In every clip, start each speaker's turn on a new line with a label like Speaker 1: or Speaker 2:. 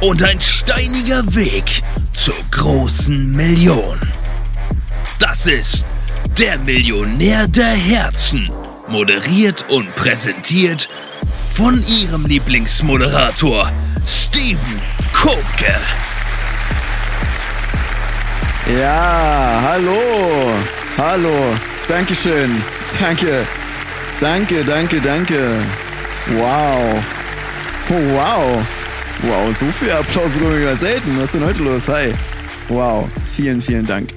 Speaker 1: Und ein steiniger Weg zur großen Million. Das ist der Millionär der Herzen. Moderiert und präsentiert von ihrem Lieblingsmoderator Steven Koke.
Speaker 2: Ja, hallo. Hallo. Dankeschön. Danke. Danke, danke, danke. Wow. Oh, wow. Wow, so viel Applaus bekomme ich mal selten. Was ist denn heute los? Hi. Wow. Vielen, vielen Dank.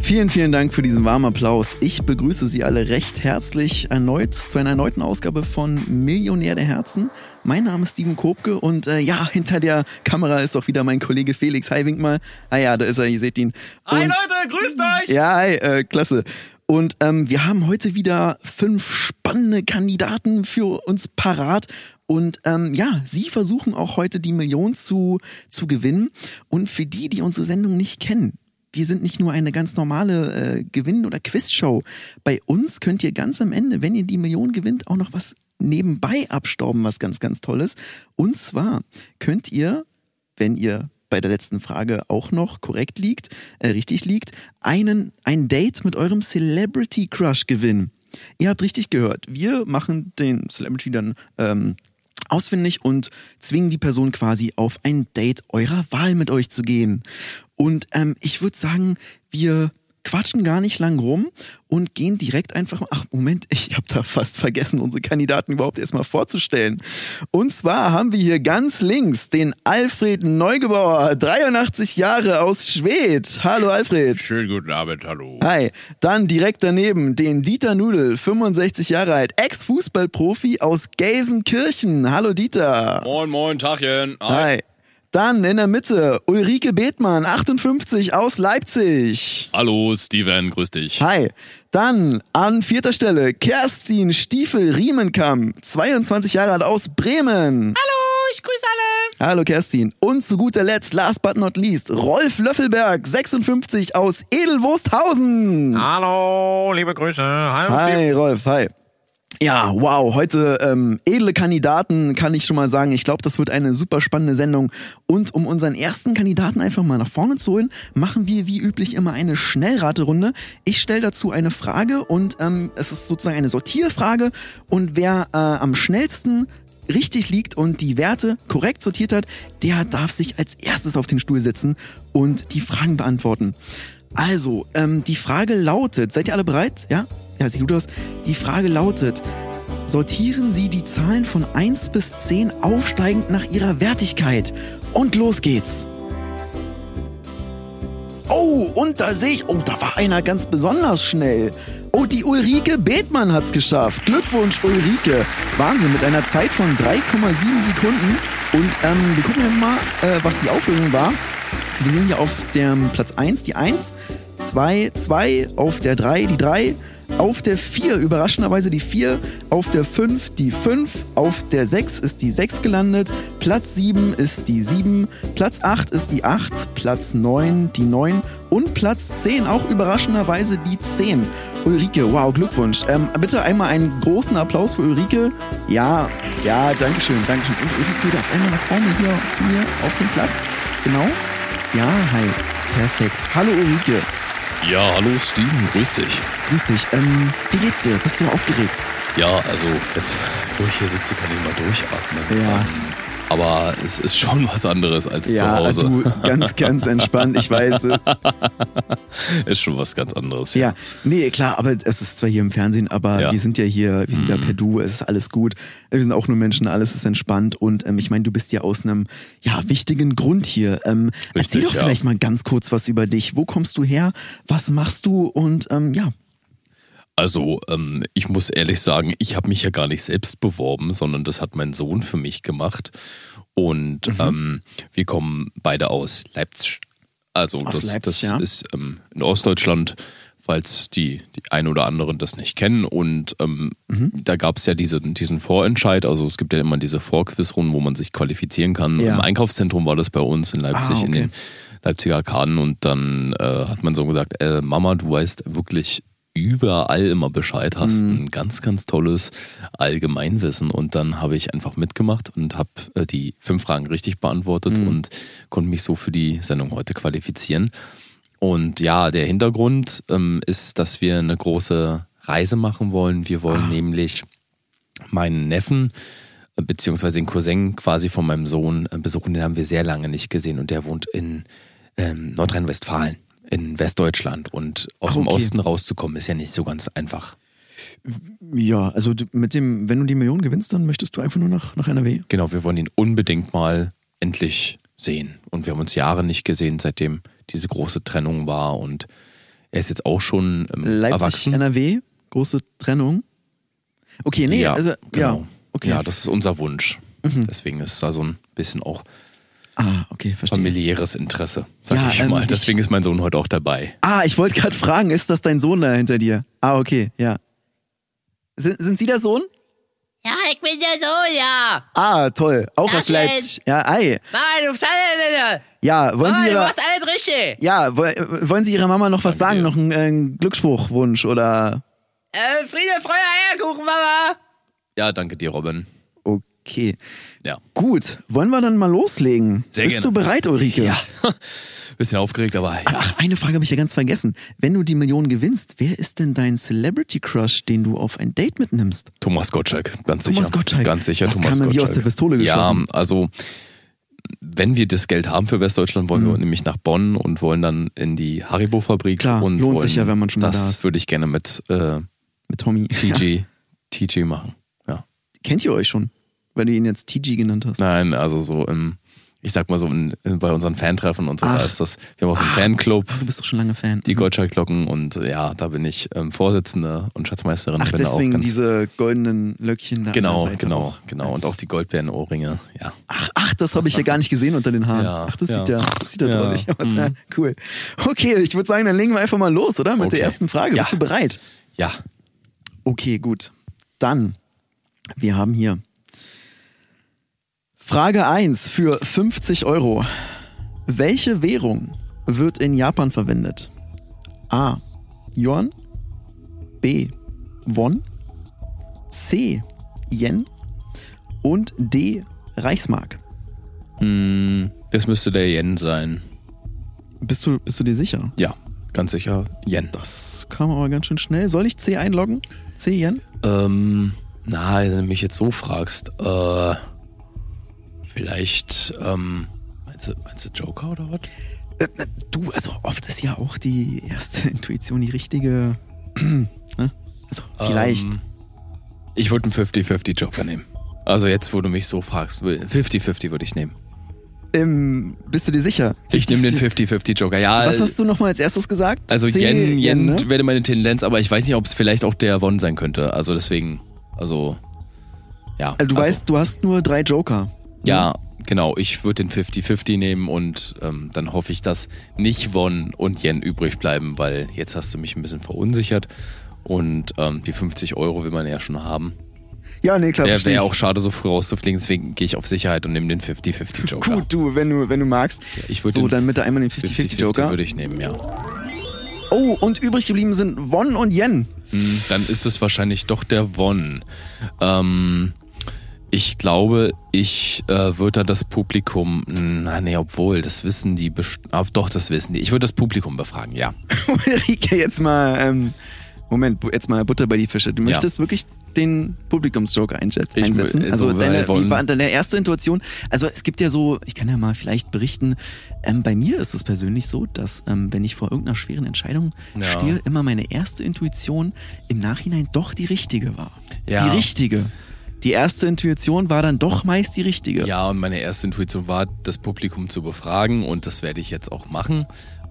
Speaker 2: Vielen, vielen Dank für diesen warmen Applaus. Ich begrüße Sie alle recht herzlich erneut zu einer erneuten Ausgabe von Millionär der Herzen. Mein Name ist Steven Kobke und äh, ja, hinter der Kamera ist auch wieder mein Kollege Felix. Hi, wink mal. Ah ja, da ist er, ihr seht ihn. Und,
Speaker 3: Hi Leute, grüßt euch!
Speaker 2: ja, hi, äh, klasse. Und ähm, wir haben heute wieder fünf spannende Kandidaten für uns parat. Und ähm, ja, sie versuchen auch heute die Million zu, zu gewinnen. Und für die, die unsere Sendung nicht kennen, wir sind nicht nur eine ganz normale äh, Gewinn- oder Quizshow. Bei uns könnt ihr ganz am Ende, wenn ihr die Million gewinnt, auch noch was nebenbei abstauben, was ganz, ganz Tolles. Und zwar könnt ihr wenn ihr bei der letzten Frage auch noch korrekt liegt, äh, richtig liegt, einen, ein Date mit eurem Celebrity Crush gewinnen. Ihr habt richtig gehört. Wir machen den Celebrity dann ähm, ausfindig und zwingen die Person quasi auf ein Date eurer Wahl mit euch zu gehen. Und ähm, ich würde sagen, wir quatschen gar nicht lang rum und gehen direkt einfach. Ach, Moment, ich habe da fast vergessen, unsere Kandidaten überhaupt erstmal vorzustellen. Und zwar haben wir hier ganz links den Alfred Neugebauer, 83 Jahre aus Schwedt. Hallo Alfred.
Speaker 4: Schönen guten Abend, hallo.
Speaker 2: Hi. Dann direkt daneben den Dieter Nudel, 65 Jahre alt, Ex-Fußballprofi aus Gelsenkirchen. Hallo Dieter.
Speaker 4: Moin, moin, Tachchen.
Speaker 2: Hi. Dann in der Mitte Ulrike Bethmann, 58 aus Leipzig.
Speaker 4: Hallo, Steven, grüß dich.
Speaker 2: Hi. Dann an vierter Stelle Kerstin Stiefel-Riemenkamp, 22 Jahre alt aus Bremen.
Speaker 3: Hallo, ich grüße alle!
Speaker 2: Hallo Kerstin. Und zu guter Letzt, last but not least, Rolf Löffelberg, 56 aus Edelwursthausen.
Speaker 3: Hallo, liebe Grüße. Hallo,
Speaker 2: Hi Rolf, hi. Ja, wow, heute ähm, edle Kandidaten, kann ich schon mal sagen. Ich glaube, das wird eine super spannende Sendung. Und um unseren ersten Kandidaten einfach mal nach vorne zu holen, machen wir wie üblich immer eine Schnellraterunde. Ich stelle dazu eine Frage und ähm, es ist sozusagen eine Sortierfrage. Und wer äh, am schnellsten richtig liegt und die Werte korrekt sortiert hat, der darf sich als erstes auf den Stuhl setzen und die Fragen beantworten. Also, ähm, die Frage lautet, seid ihr alle bereit? Ja? Ja, sieht gut aus. Die Frage lautet, sortieren Sie die Zahlen von 1 bis 10 aufsteigend nach ihrer Wertigkeit. Und los geht's. Oh, und da sehe ich, oh, da war einer ganz besonders schnell. Oh, die Ulrike Bethmann hat's geschafft. Glückwunsch, Ulrike. Wahnsinn, mit einer Zeit von 3,7 Sekunden. Und ähm, wir gucken einfach mal, äh, was die Auflösung war. Wir sehen hier auf dem Platz 1 die 1, 2, 2, auf der 3 die 3, auf der 4 überraschenderweise die 4, auf der 5 die 5, auf der 6 ist die 6 gelandet, Platz 7 ist die 7, Platz 8 ist die 8, Platz 9 die 9 und Platz 10 auch überraschenderweise die 10. Ulrike, wow, Glückwunsch. Ähm, bitte einmal einen großen Applaus für Ulrike. Ja, ja, Dankeschön, Dankeschön. Und Ulrike, du darfst einmal nach vorne hier zu mir auf den Platz. Genau. Ja, hi. Perfekt. Hallo Ulrike.
Speaker 4: Ja, hallo, Steven, grüß dich.
Speaker 2: Grüß dich. Ähm, wie geht's dir? Bist du aufgeregt?
Speaker 4: Ja, also, jetzt, wo ich hier sitze, kann ich mal durchatmen.
Speaker 2: Ja.
Speaker 4: Ähm, Aber es ist schon was anderes als zu Hause.
Speaker 2: also du, ganz, ganz entspannt, ich weiß. äh,
Speaker 4: Ist schon was ganz anderes.
Speaker 2: Ja, nee, klar, aber es ist zwar hier im Fernsehen, aber
Speaker 4: Ja.
Speaker 2: wir sind ja Mhm. hier, wir sind ja per Du, es ist alles gut. Wir sind auch nur Menschen, alles ist entspannt und ähm, ich meine, du bist ja aus einem ja, wichtigen Grund hier. Ähm, erzähl
Speaker 4: Richtig,
Speaker 2: doch
Speaker 4: ja.
Speaker 2: vielleicht mal ganz kurz was über dich. Wo kommst du her? Was machst du? Und ähm, ja,
Speaker 4: Also, ähm, ich muss ehrlich sagen, ich habe mich ja gar nicht selbst beworben, sondern das hat mein Sohn für mich gemacht. Und
Speaker 2: Mhm.
Speaker 4: ähm, wir kommen beide aus Leipzig. Also
Speaker 2: Aus
Speaker 4: das,
Speaker 2: Leipzig,
Speaker 4: das
Speaker 2: ja.
Speaker 4: ist ähm, in Ostdeutschland, falls die, die ein oder anderen das nicht kennen. Und ähm,
Speaker 2: Mhm.
Speaker 4: da gab es ja diesen, diesen Vorentscheid. Also es gibt ja immer diese Vorquizrunden, wo man sich qualifizieren kann.
Speaker 2: Ja.
Speaker 4: Im Einkaufszentrum war das bei uns in Leipzig,
Speaker 2: Ah, okay.
Speaker 4: in den Leipziger Arkaden. Und dann äh, hat man so gesagt, äh, Mama, du weißt wirklich überall immer Bescheid, hast
Speaker 2: Mhm.
Speaker 4: ein ganz, ganz tolles Allgemeinwissen. Und dann habe ich einfach mitgemacht und habe äh, die fünf Fragen richtig beantwortet
Speaker 2: Mhm.
Speaker 4: und konnte mich so für die Sendung heute qualifizieren. Und ja, der Hintergrund ähm, ist, dass wir eine große Reise machen wollen. Wir
Speaker 2: Ah.
Speaker 4: wollen nämlich meinen Neffen äh, beziehungsweise den Cousin quasi von meinem Sohn äh, besuchen. Den haben wir sehr lange nicht gesehen und der wohnt in ähm, Nordrhein-Westfalen, in Westdeutschland. Und aus
Speaker 2: Ah,
Speaker 4: dem
Speaker 2: okay.
Speaker 4: Osten rauszukommen ist ja nicht so ganz einfach.
Speaker 2: Ja, also du- mit dem, wenn du die Million gewinnst, dann möchtest du einfach nur nach, nach NRW.
Speaker 4: Genau, wir wollen ihn unbedingt mal endlich sehen. Und wir haben uns Jahre nicht gesehen, seitdem diese große Trennung war. Und er ist jetzt auch schon ähm,
Speaker 2: Leipzig,
Speaker 4: erwachsen.
Speaker 2: NRW, große Trennung. Okay, nee, also ja, okay.
Speaker 4: genau.
Speaker 2: Mhm.
Speaker 4: ja, das ist unser Wunsch. Deswegen ist da so ein bisschen auch
Speaker 2: ah, okay, verstehe.
Speaker 4: familiäres Interesse, sag
Speaker 2: Ja,
Speaker 4: ich
Speaker 2: ähm,
Speaker 4: mal.
Speaker 2: ich-
Speaker 4: Deswegen ist mein Sohn heute auch dabei.
Speaker 2: Ah, ich wollte gerade fragen, ist das dein Sohn da hinter dir? Ah, okay, ja. Sind, sind Sie der Sohn?
Speaker 5: Ja, ich bin der Sohn, ja.
Speaker 2: Ah, toll, auch aus
Speaker 5: Das
Speaker 2: Leipzig. Ja, ei.
Speaker 5: Mann, du bist alle,
Speaker 2: Ja, wollen
Speaker 5: Mann,
Speaker 2: Sie
Speaker 5: du
Speaker 2: Ihrer,
Speaker 5: machst alles richtig.
Speaker 2: ja, woll- äh, wollen Sie Ihrer Mama noch was sagen?
Speaker 4: dir.
Speaker 2: Noch einen, äh, einen Glücksspruchwunsch oder?
Speaker 5: Äh, Friede, Freude, Eierkuchen, Mama.
Speaker 4: Ja, danke dir, Robin.
Speaker 2: Okay,
Speaker 4: Ja.
Speaker 2: gut. Wollen wir dann mal loslegen?
Speaker 4: Sehr
Speaker 2: Bist
Speaker 4: gerne.
Speaker 2: du bereit, Ulrike? Ah.
Speaker 4: Ja. Bisschen aufgeregt, aber ja.
Speaker 2: Ach, eine Frage habe ich ja ganz vergessen. Wenn du die Million gewinnst, wer ist denn dein Celebrity Crush, den du auf ein Date mitnimmst?
Speaker 4: Thomas Gottschalk, ganz
Speaker 2: Thomas
Speaker 4: sicher.
Speaker 2: Gottschalk.
Speaker 4: Ganz sicher,
Speaker 2: Das
Speaker 4: Thomas
Speaker 2: kam mir wie
Speaker 4: Gottschalk.
Speaker 2: aus der Pistole geschossen.
Speaker 4: Ja, also wenn wir das Geld haben für Westdeutschland, wollen wir nämlich nach Bonn und wollen dann in die Haribo-Fabrik.
Speaker 2: Mhm. Klar,
Speaker 4: und
Speaker 2: lohnt
Speaker 4: wollen,
Speaker 2: sich ja, wenn man schon mal
Speaker 4: das
Speaker 2: da
Speaker 4: Das
Speaker 2: ist.
Speaker 4: würde ich gerne mit äh,
Speaker 2: Mit Tommy. Ja.
Speaker 4: TG, TG machen. Ja.
Speaker 2: Kennt ihr euch schon? Weil du ihn jetzt TG genannt hast.
Speaker 4: Nein, also so im, ich sag mal so in, in, bei unseren Fantreffen und so,
Speaker 2: Ach. Ah. Mhm.
Speaker 4: da ist das, wir haben auch so einen Fanclub,
Speaker 2: Du bist doch schon lange Fan.
Speaker 4: die Gottschalk-Glocken und äh, ja, da bin ich ähm, Vorsitzende und Schatzmeisterin.
Speaker 2: Ach,
Speaker 4: bin da auch
Speaker 2: deswegen
Speaker 4: ganz,
Speaker 2: diese goldenen Löckchen da.
Speaker 4: Genau,
Speaker 2: an der Seite
Speaker 4: genau,
Speaker 2: auch.
Speaker 4: genau.
Speaker 2: Als-
Speaker 4: Und auch die Goldbeeren-Ohrringe, ja.
Speaker 2: Ach, ach das habe ich ja gar nicht gesehen unter den Haaren.
Speaker 4: Ja,
Speaker 2: ach, das
Speaker 4: ja.
Speaker 2: sieht ja, das sieht ja,
Speaker 4: Ja. Mhm.
Speaker 2: drollig aus. Ja, cool. Okay, ich würde sagen, dann legen wir einfach mal los, oder? Mit
Speaker 4: Okay.
Speaker 2: der ersten Frage.
Speaker 4: Ja.
Speaker 2: Bist du bereit?
Speaker 4: Ja,
Speaker 2: Okay, gut. Dann, wir haben hier Frage 1 für 50 Euro. Welche Währung wird in Japan verwendet? A. Yuan. B. Won. C. Yen. Und D. Reichsmark.
Speaker 4: das müsste der Yen sein.
Speaker 2: Bist du, bist du dir sicher?
Speaker 4: Ja, ganz sicher Yen.
Speaker 2: Das kam aber ganz schön schnell. Soll ich C einloggen? C Yen?
Speaker 4: Ähm, na, wenn du mich jetzt so fragst, äh, vielleicht, ähm, meinst du, meinst du Joker oder was?
Speaker 2: Du, also oft ist ja auch die erste Intuition die richtige. ne? Also vielleicht.
Speaker 4: Ähm, ich würde einen 50-50 Joker nehmen. Also jetzt, wo du mich so fragst, 50-50 würde ich nehmen.
Speaker 2: Ähm, bist du dir sicher?
Speaker 4: Ich nehme den 50-50 Joker. Ja,
Speaker 2: Was hast du nochmal als erstes gesagt?
Speaker 4: also
Speaker 2: C,
Speaker 4: Yen, Yen
Speaker 2: ne?
Speaker 4: wäre meine Tendenz, aber ich weiß nicht, ob es vielleicht auch der Won sein könnte. Also deswegen, also, ja.
Speaker 2: Also, du
Speaker 4: also,
Speaker 2: weißt, ne? du hast nur drei Joker.
Speaker 4: Ja, genau. Ich würde den 50-50 nehmen und ähm, dann hoffe ich, dass nicht Won und Yen übrig bleiben, weil jetzt hast du mich ein bisschen verunsichert. Und ähm, die 50 Euro will man ja schon haben.
Speaker 2: Ja, nee, klar,
Speaker 4: Wäre
Speaker 2: verstehe
Speaker 4: wär
Speaker 2: ich.
Speaker 4: auch schade, so früh rauszufliegen. Deswegen gehe ich auf Sicherheit und nehme den 50-50 Joker.
Speaker 2: Gut, du, wenn du, wenn du magst.
Speaker 4: ich würd
Speaker 2: so,
Speaker 4: den
Speaker 2: dann mit der einmal den 50-50 Joker.
Speaker 4: würde ich nehmen, ja.
Speaker 2: Oh, und übrig geblieben sind Won und Yen.
Speaker 4: Hm, Dann ist es wahrscheinlich doch der Won. Ähm, ich glaube, ich äh, würde da das Publikum, na nee, obwohl, das wissen die, best ah, doch, das wissen die. Ich würde das Publikum befragen, ja.
Speaker 2: Ulrike, jetzt mal, ähm, Moment, bu- jetzt mal Butter bei die Fische. Du
Speaker 4: Ja.
Speaker 2: möchtest wirklich den Publikumsjoker einschätzen,
Speaker 4: Ich mö-
Speaker 2: einsetzen.
Speaker 4: also,
Speaker 2: Also,
Speaker 4: weil
Speaker 2: deine,
Speaker 4: wollen-
Speaker 2: wie war deine erste Intuition? Also es gibt ja so, ich kann ja mal vielleicht berichten, ähm, bei mir ist es persönlich so, dass ähm, wenn ich vor irgendeiner schweren Entscheidung
Speaker 4: Ja.
Speaker 2: stehe, immer meine erste Intuition im Nachhinein doch die richtige war.
Speaker 4: Ja.
Speaker 2: Die richtige. Die erste Intuition war dann doch meist die richtige.
Speaker 4: Ja, und meine erste Intuition war, das Publikum zu befragen und das werde ich jetzt auch machen.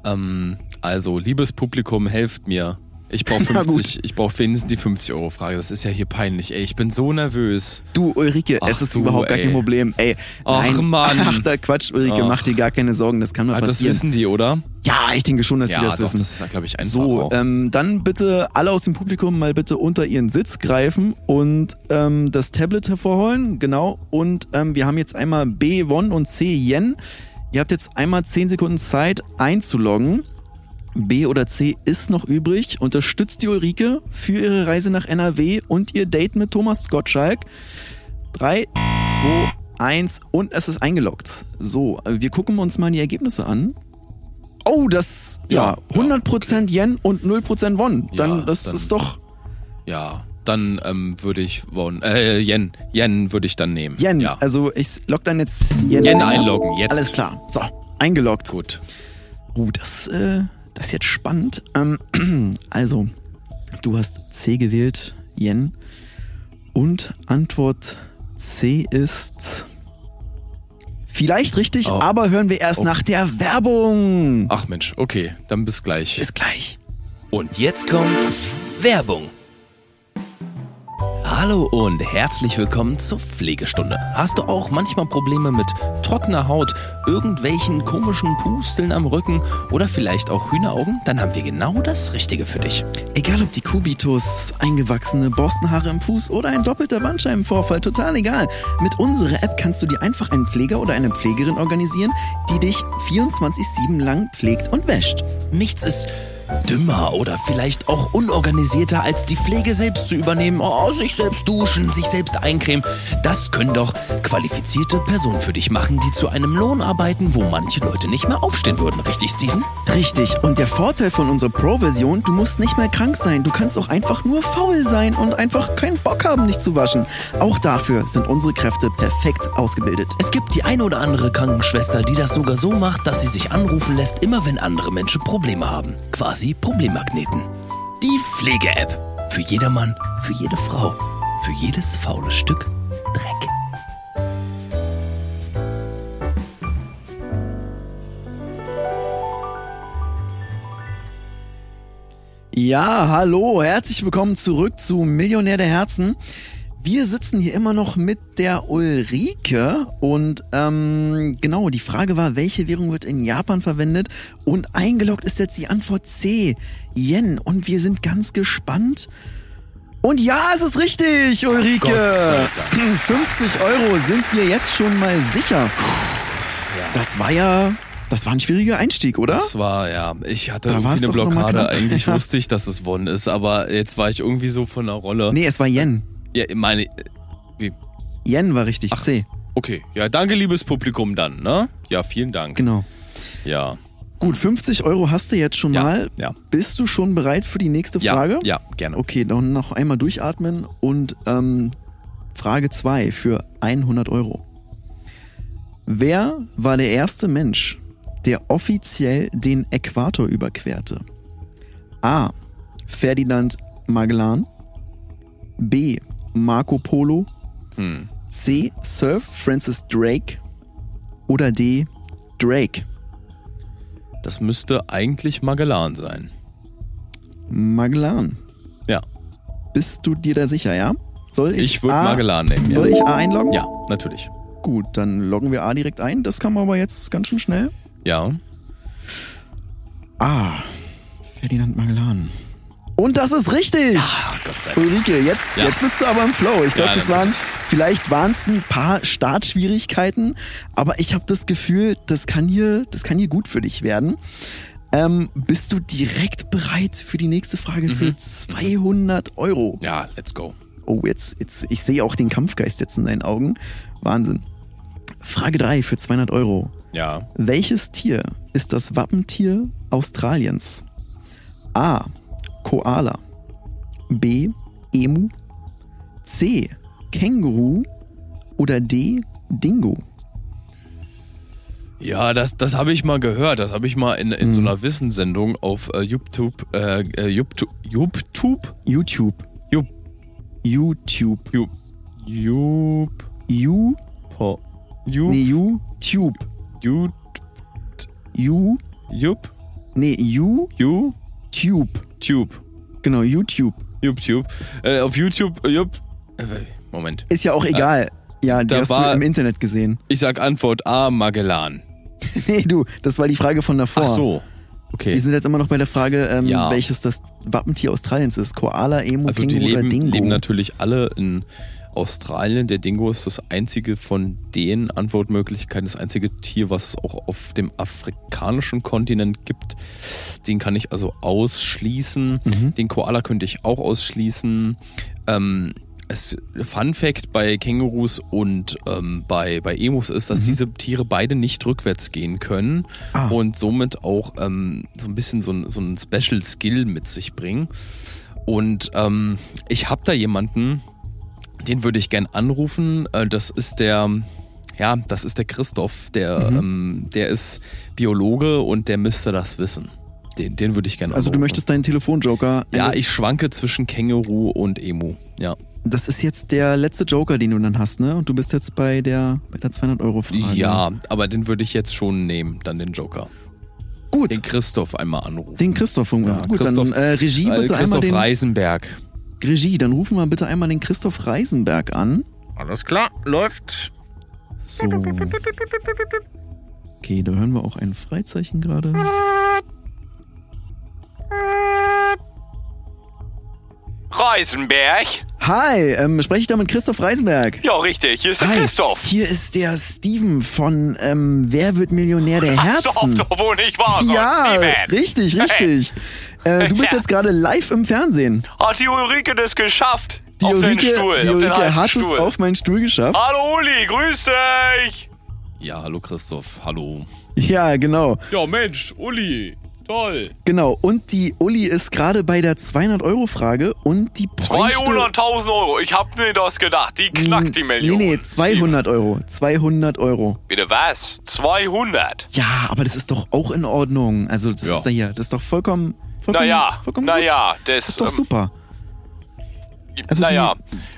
Speaker 4: Ähm, also, liebes Publikum, helft mir. Ich brauche
Speaker 2: Na gut.
Speaker 4: 50, ich brauche wenigstens die 50-Euro-Frage. Das ist ja hier peinlich, ey. Ich bin so nervös.
Speaker 2: Du, Ulrike,
Speaker 4: Ach
Speaker 2: es ist
Speaker 4: du,
Speaker 2: überhaupt gar
Speaker 4: ey.
Speaker 2: kein Problem. Ey,
Speaker 4: Ach,
Speaker 2: nein.
Speaker 4: Mann.
Speaker 2: Ach, der Quatsch, Ulrike,
Speaker 4: Ach.
Speaker 2: mach dir gar keine Sorgen, das kann mal
Speaker 4: Ah, das
Speaker 2: passieren.
Speaker 4: wissen die, oder?
Speaker 2: ja, ich denke schon, dass
Speaker 4: ja,
Speaker 2: die das
Speaker 4: doch,
Speaker 2: wissen.
Speaker 4: das ist, glaube ich, einfach.
Speaker 2: so,
Speaker 4: auch.
Speaker 2: ähm, dann bitte alle aus dem Publikum mal bitte unter ihren Sitz greifen und ähm, das Tablet hervorholen, genau. Und ähm, wir haben jetzt einmal B Won und C Yen. Ihr habt jetzt einmal 10 Sekunden Zeit einzuloggen. B oder C ist noch übrig. Unterstützt die Ulrike für ihre Reise nach NRW und ihr Date mit Thomas Gottschalk. 3, 2, 1 und es ist eingeloggt. So, wir gucken uns mal die Ergebnisse an. Oh, das, ja,
Speaker 4: Ja,
Speaker 2: 100% Yen und 0% Won. Dann,
Speaker 4: Ja,
Speaker 2: das
Speaker 4: dann-
Speaker 2: ist doch
Speaker 4: ja, dann ähm, würde ich Won, äh, Yen, Yen würde ich dann nehmen.
Speaker 2: Yen.
Speaker 4: Ja.
Speaker 2: Also ich log dann jetzt Yen,
Speaker 4: Yen
Speaker 2: ein.
Speaker 4: einloggen, jetzt.
Speaker 2: Alles klar. So, eingeloggt.
Speaker 4: Gut.
Speaker 2: Oh, das, äh, das ist jetzt spannend. Ähm, also, du hast C gewählt, Yen. Und Antwort C ist vielleicht richtig,
Speaker 4: Oh.
Speaker 2: aber hören wir erst nach der Werbung.
Speaker 4: Ach Mensch, okay, dann bis gleich.
Speaker 2: Bis gleich.
Speaker 6: Und jetzt kommt Werbung. Hallo und herzlich willkommen zur Pflegestunde. Hast du auch manchmal Probleme mit trockener Haut, irgendwelchen komischen Pusteln am Rücken oder vielleicht auch Hühneraugen? Dann haben wir genau das Richtige für dich.
Speaker 2: Egal ob die Kubitus, eingewachsene Borstenhaare im Fuß oder ein doppelter Bandscheibenvorfall, total egal. Mit unserer App kannst du dir einfach einen Pfleger oder eine Pflegerin organisieren, die dich 24-7 lang pflegt und wäscht.
Speaker 6: Nichts ist dümmer oder vielleicht auch unorganisierter, als die Pflege selbst zu übernehmen. Oh, sich selbst duschen, sich selbst eincremen. Das können doch qualifizierte Personen für dich machen, die zu einem Lohn arbeiten, wo manche Leute nicht mehr aufstehen würden. Richtig, Steven?
Speaker 2: Richtig, und der Vorteil von unserer Pro-Version, du musst nicht mal krank sein, du kannst auch einfach nur faul sein und einfach keinen Bock haben, dich zu waschen. Auch dafür sind unsere Kräfte perfekt ausgebildet.
Speaker 6: Es gibt die eine oder andere Krankenschwester, die das sogar so macht, dass sie sich anrufen lässt, immer wenn andere Menschen Probleme haben. Quasi Problemmagneten. Die Pflege-App. Für jedermann, für jede Frau, für jedes faule Stück Dreck.
Speaker 2: Ja, hallo, herzlich willkommen zurück zu Millionär der Herzen. Wir sitzen hier immer noch mit der Ulrike und ähm, genau, die Frage war, welche Währung wird in Japan verwendet? Und eingeloggt ist jetzt die Antwort C, Yen. Und wir sind ganz gespannt. Und ja, es ist richtig, Ulrike.
Speaker 4: Gott
Speaker 2: 50 Euro sind wir jetzt schon mal sicher. Das war ja, das war ein schwieriger Einstieg, oder?
Speaker 4: Das war, ja, ich hatte
Speaker 2: Da war's
Speaker 4: irgendwie eine
Speaker 2: doch noch mal
Speaker 4: Blockade.
Speaker 2: knapp.
Speaker 4: Eigentlich
Speaker 2: Ja.
Speaker 4: wusste ich, dass es Won ist, aber jetzt war ich irgendwie so von der Rolle.
Speaker 2: Nee, es war Yen.
Speaker 4: Ja, meine,
Speaker 2: Yen war richtig, C.
Speaker 4: okay. Ja, danke, liebes Publikum dann, ne? Ja, vielen Dank.
Speaker 2: Genau.
Speaker 4: Ja.
Speaker 2: Gut, 50 Euro hast du jetzt schon
Speaker 4: Ja,
Speaker 2: mal.
Speaker 4: ja.
Speaker 2: Bist du schon bereit für die nächste
Speaker 4: Ja,
Speaker 2: Frage?
Speaker 4: ja, gerne.
Speaker 2: Okay, dann noch einmal durchatmen und ähm, Frage 2 für 100 Euro. Wer war der erste Mensch, der offiziell den Äquator überquerte? A. Ferdinand Magellan. B. Marco Polo.
Speaker 4: Hm.
Speaker 2: C. Sir Francis Drake. Oder D. Drake.
Speaker 4: Oh, Das müsste eigentlich Magellan sein.
Speaker 2: Magellan.
Speaker 4: Ja,
Speaker 2: Bist du dir da sicher, ja? Soll ich,
Speaker 4: ich würde
Speaker 2: A,
Speaker 4: Magellan nehmen.
Speaker 2: Soll ich A einloggen?
Speaker 4: Ja, natürlich.
Speaker 2: Gut, dann loggen wir A direkt ein. Das kann man aber jetzt ganz schön schnell.
Speaker 4: Ja.
Speaker 2: A. Ferdinand Magellan. Und das ist richtig!
Speaker 4: Ah, Gott sei
Speaker 2: Ulrike, jetzt,
Speaker 4: Ja.
Speaker 2: jetzt bist du aber im Flow. Ich glaube,
Speaker 4: Ja,
Speaker 2: das
Speaker 4: dann-
Speaker 2: waren, vielleicht waren es ein paar Startschwierigkeiten, aber ich habe das Gefühl, das kann hier, das kann hier gut für dich werden. Ähm, bist du direkt bereit für die nächste Frage
Speaker 4: Mhm.
Speaker 2: für 200 Euro?
Speaker 4: Ja, let's go.
Speaker 2: Oh, jetzt, jetzt, ich sehe auch den Kampfgeist jetzt in deinen Augen. Wahnsinn. Frage 3 für 200 Euro.
Speaker 4: Ja.
Speaker 2: Welches Tier ist das Wappentier Australiens? A. Koala. B. Emu. C. Känguru. Oder D. Dingo.
Speaker 4: Ja, das, das habe ich mal gehört. Das habe ich mal in, in so
Speaker 2: Mhm.
Speaker 4: einer Wissenssendung auf äh, YouTube, äh, äh, YouTube, YouTube,
Speaker 2: YouTube.
Speaker 4: Jup.
Speaker 2: YouTube.
Speaker 4: Jup, Jup,
Speaker 2: You.
Speaker 4: po, Jup,
Speaker 2: Nee, YouTube.
Speaker 4: Jup,
Speaker 2: You.
Speaker 4: Jup,
Speaker 2: Nee,
Speaker 4: Jup,
Speaker 2: YouTube.
Speaker 4: Tube.
Speaker 2: Genau, YouTube.
Speaker 4: YouTube. Äh, auf YouTube, äh, jup. Äh, Moment.
Speaker 2: Ist ja auch egal. Ja, die
Speaker 4: Äh, da
Speaker 2: hast
Speaker 4: war-
Speaker 2: du im Internet gesehen.
Speaker 4: Ich sag Antwort A, Magellan.
Speaker 2: nee, du, das war die Frage von davor.
Speaker 4: Ach so. Okay.
Speaker 2: Wir sind jetzt immer noch bei der Frage, ähm,
Speaker 4: Ja.
Speaker 2: welches das Wappentier Australiens ist. Koala, Emu,
Speaker 4: Also die
Speaker 2: Känguru
Speaker 4: leben,
Speaker 2: oder Dingo?
Speaker 4: leben natürlich alle in Australien. Der Dingo ist das einzige von den Antwortmöglichkeiten, das einzige Tier, was es auch auf dem afrikanischen Kontinent gibt. Den kann ich also ausschließen.
Speaker 2: Mhm.
Speaker 4: Den Koala könnte ich auch ausschließen. Ähm, es, Fun Fact bei Kängurus und ähm, bei, bei Emus ist,
Speaker 2: Mhm.
Speaker 4: dass diese Tiere beide nicht rückwärts gehen können
Speaker 2: Ah.
Speaker 4: und somit auch ähm, so ein bisschen so ein, so ein Special Skill mit sich bringen. Und ähm, ich habe da jemanden, den würde ich gern anrufen. Äh, das ist der, ja, das ist der Christoph. Der,
Speaker 2: Mhm.
Speaker 4: ähm, der ist Biologe und der müsste das wissen. Den, den würde ich gern
Speaker 2: also du
Speaker 4: anrufen.
Speaker 2: möchtest deinen Telefonjoker. äh,
Speaker 4: Ja, ich schwanke zwischen Känguru und Emu. Ja,
Speaker 2: Das ist jetzt der letzte Joker, den du dann hast, ne? Und du bist jetzt bei der, bei der 200-Euro-Frage.
Speaker 4: ja aber den würde ich jetzt schon nehmen, dann den Joker.
Speaker 2: Gut,
Speaker 4: Den
Speaker 2: den,
Speaker 4: Christoph einmal anrufen.
Speaker 2: Christoph umgebracht.
Speaker 4: Ja,
Speaker 2: Gut,
Speaker 4: Christoph-
Speaker 2: dann äh, Regie
Speaker 4: Äh,
Speaker 2: bitte einmal
Speaker 4: Christoph
Speaker 2: den...
Speaker 4: Reisenberg.
Speaker 2: Regie, dann rufen wir bitte einmal den Christoph Reisenberg an.
Speaker 3: Alles klar, läuft.
Speaker 2: So. Okay, da hören wir auch ein Freizeichen gerade.
Speaker 7: Reisenberg?
Speaker 2: Hi, ähm, spreche ich da mit Christoph Reisenberg?
Speaker 7: Ja, richtig. Hier ist der
Speaker 2: Hi,
Speaker 7: Christoph.
Speaker 2: Hier ist der Steven von ähm, Wer wird Millionär der Herzen?
Speaker 7: Doch, doch, wohl nicht wahr.
Speaker 2: ja,
Speaker 7: Steven.
Speaker 2: richtig, richtig. Äh, du bist
Speaker 7: Ja.
Speaker 2: jetzt gerade live im Fernsehen.
Speaker 7: Hat die Ulrike das geschafft?
Speaker 2: Die
Speaker 7: auf deinen
Speaker 2: Ulrike,
Speaker 7: Stuhl,
Speaker 2: die
Speaker 7: auf den
Speaker 2: Ulrike
Speaker 7: alten
Speaker 2: hat
Speaker 7: Stuhl. Ah.
Speaker 2: es auf meinen Stuhl geschafft.
Speaker 7: Hallo Uli, grüß dich.
Speaker 4: Ja, hallo Christoph, hallo.
Speaker 2: Ja, genau,
Speaker 4: Ja, Mensch, Uli, toll.
Speaker 2: genau. Und die Uli ist gerade bei der 200-Euro-Frage und die bräuchte...
Speaker 7: 200.000 Euro. Ich hab mir das gedacht. Die knackt die Million.
Speaker 2: Nee, nee, 200 Euro. 200 Euro.
Speaker 7: Steven. Bitte was? 200.
Speaker 2: Ja, aber das ist doch auch in Ordnung. Also, das
Speaker 4: Ja.
Speaker 2: ist ja hier, das ist doch vollkommen, vollkommen,
Speaker 7: Naja,
Speaker 2: vollkommen gut.
Speaker 7: naja, das
Speaker 2: Ist doch
Speaker 7: ähm,
Speaker 2: super. also
Speaker 7: naja.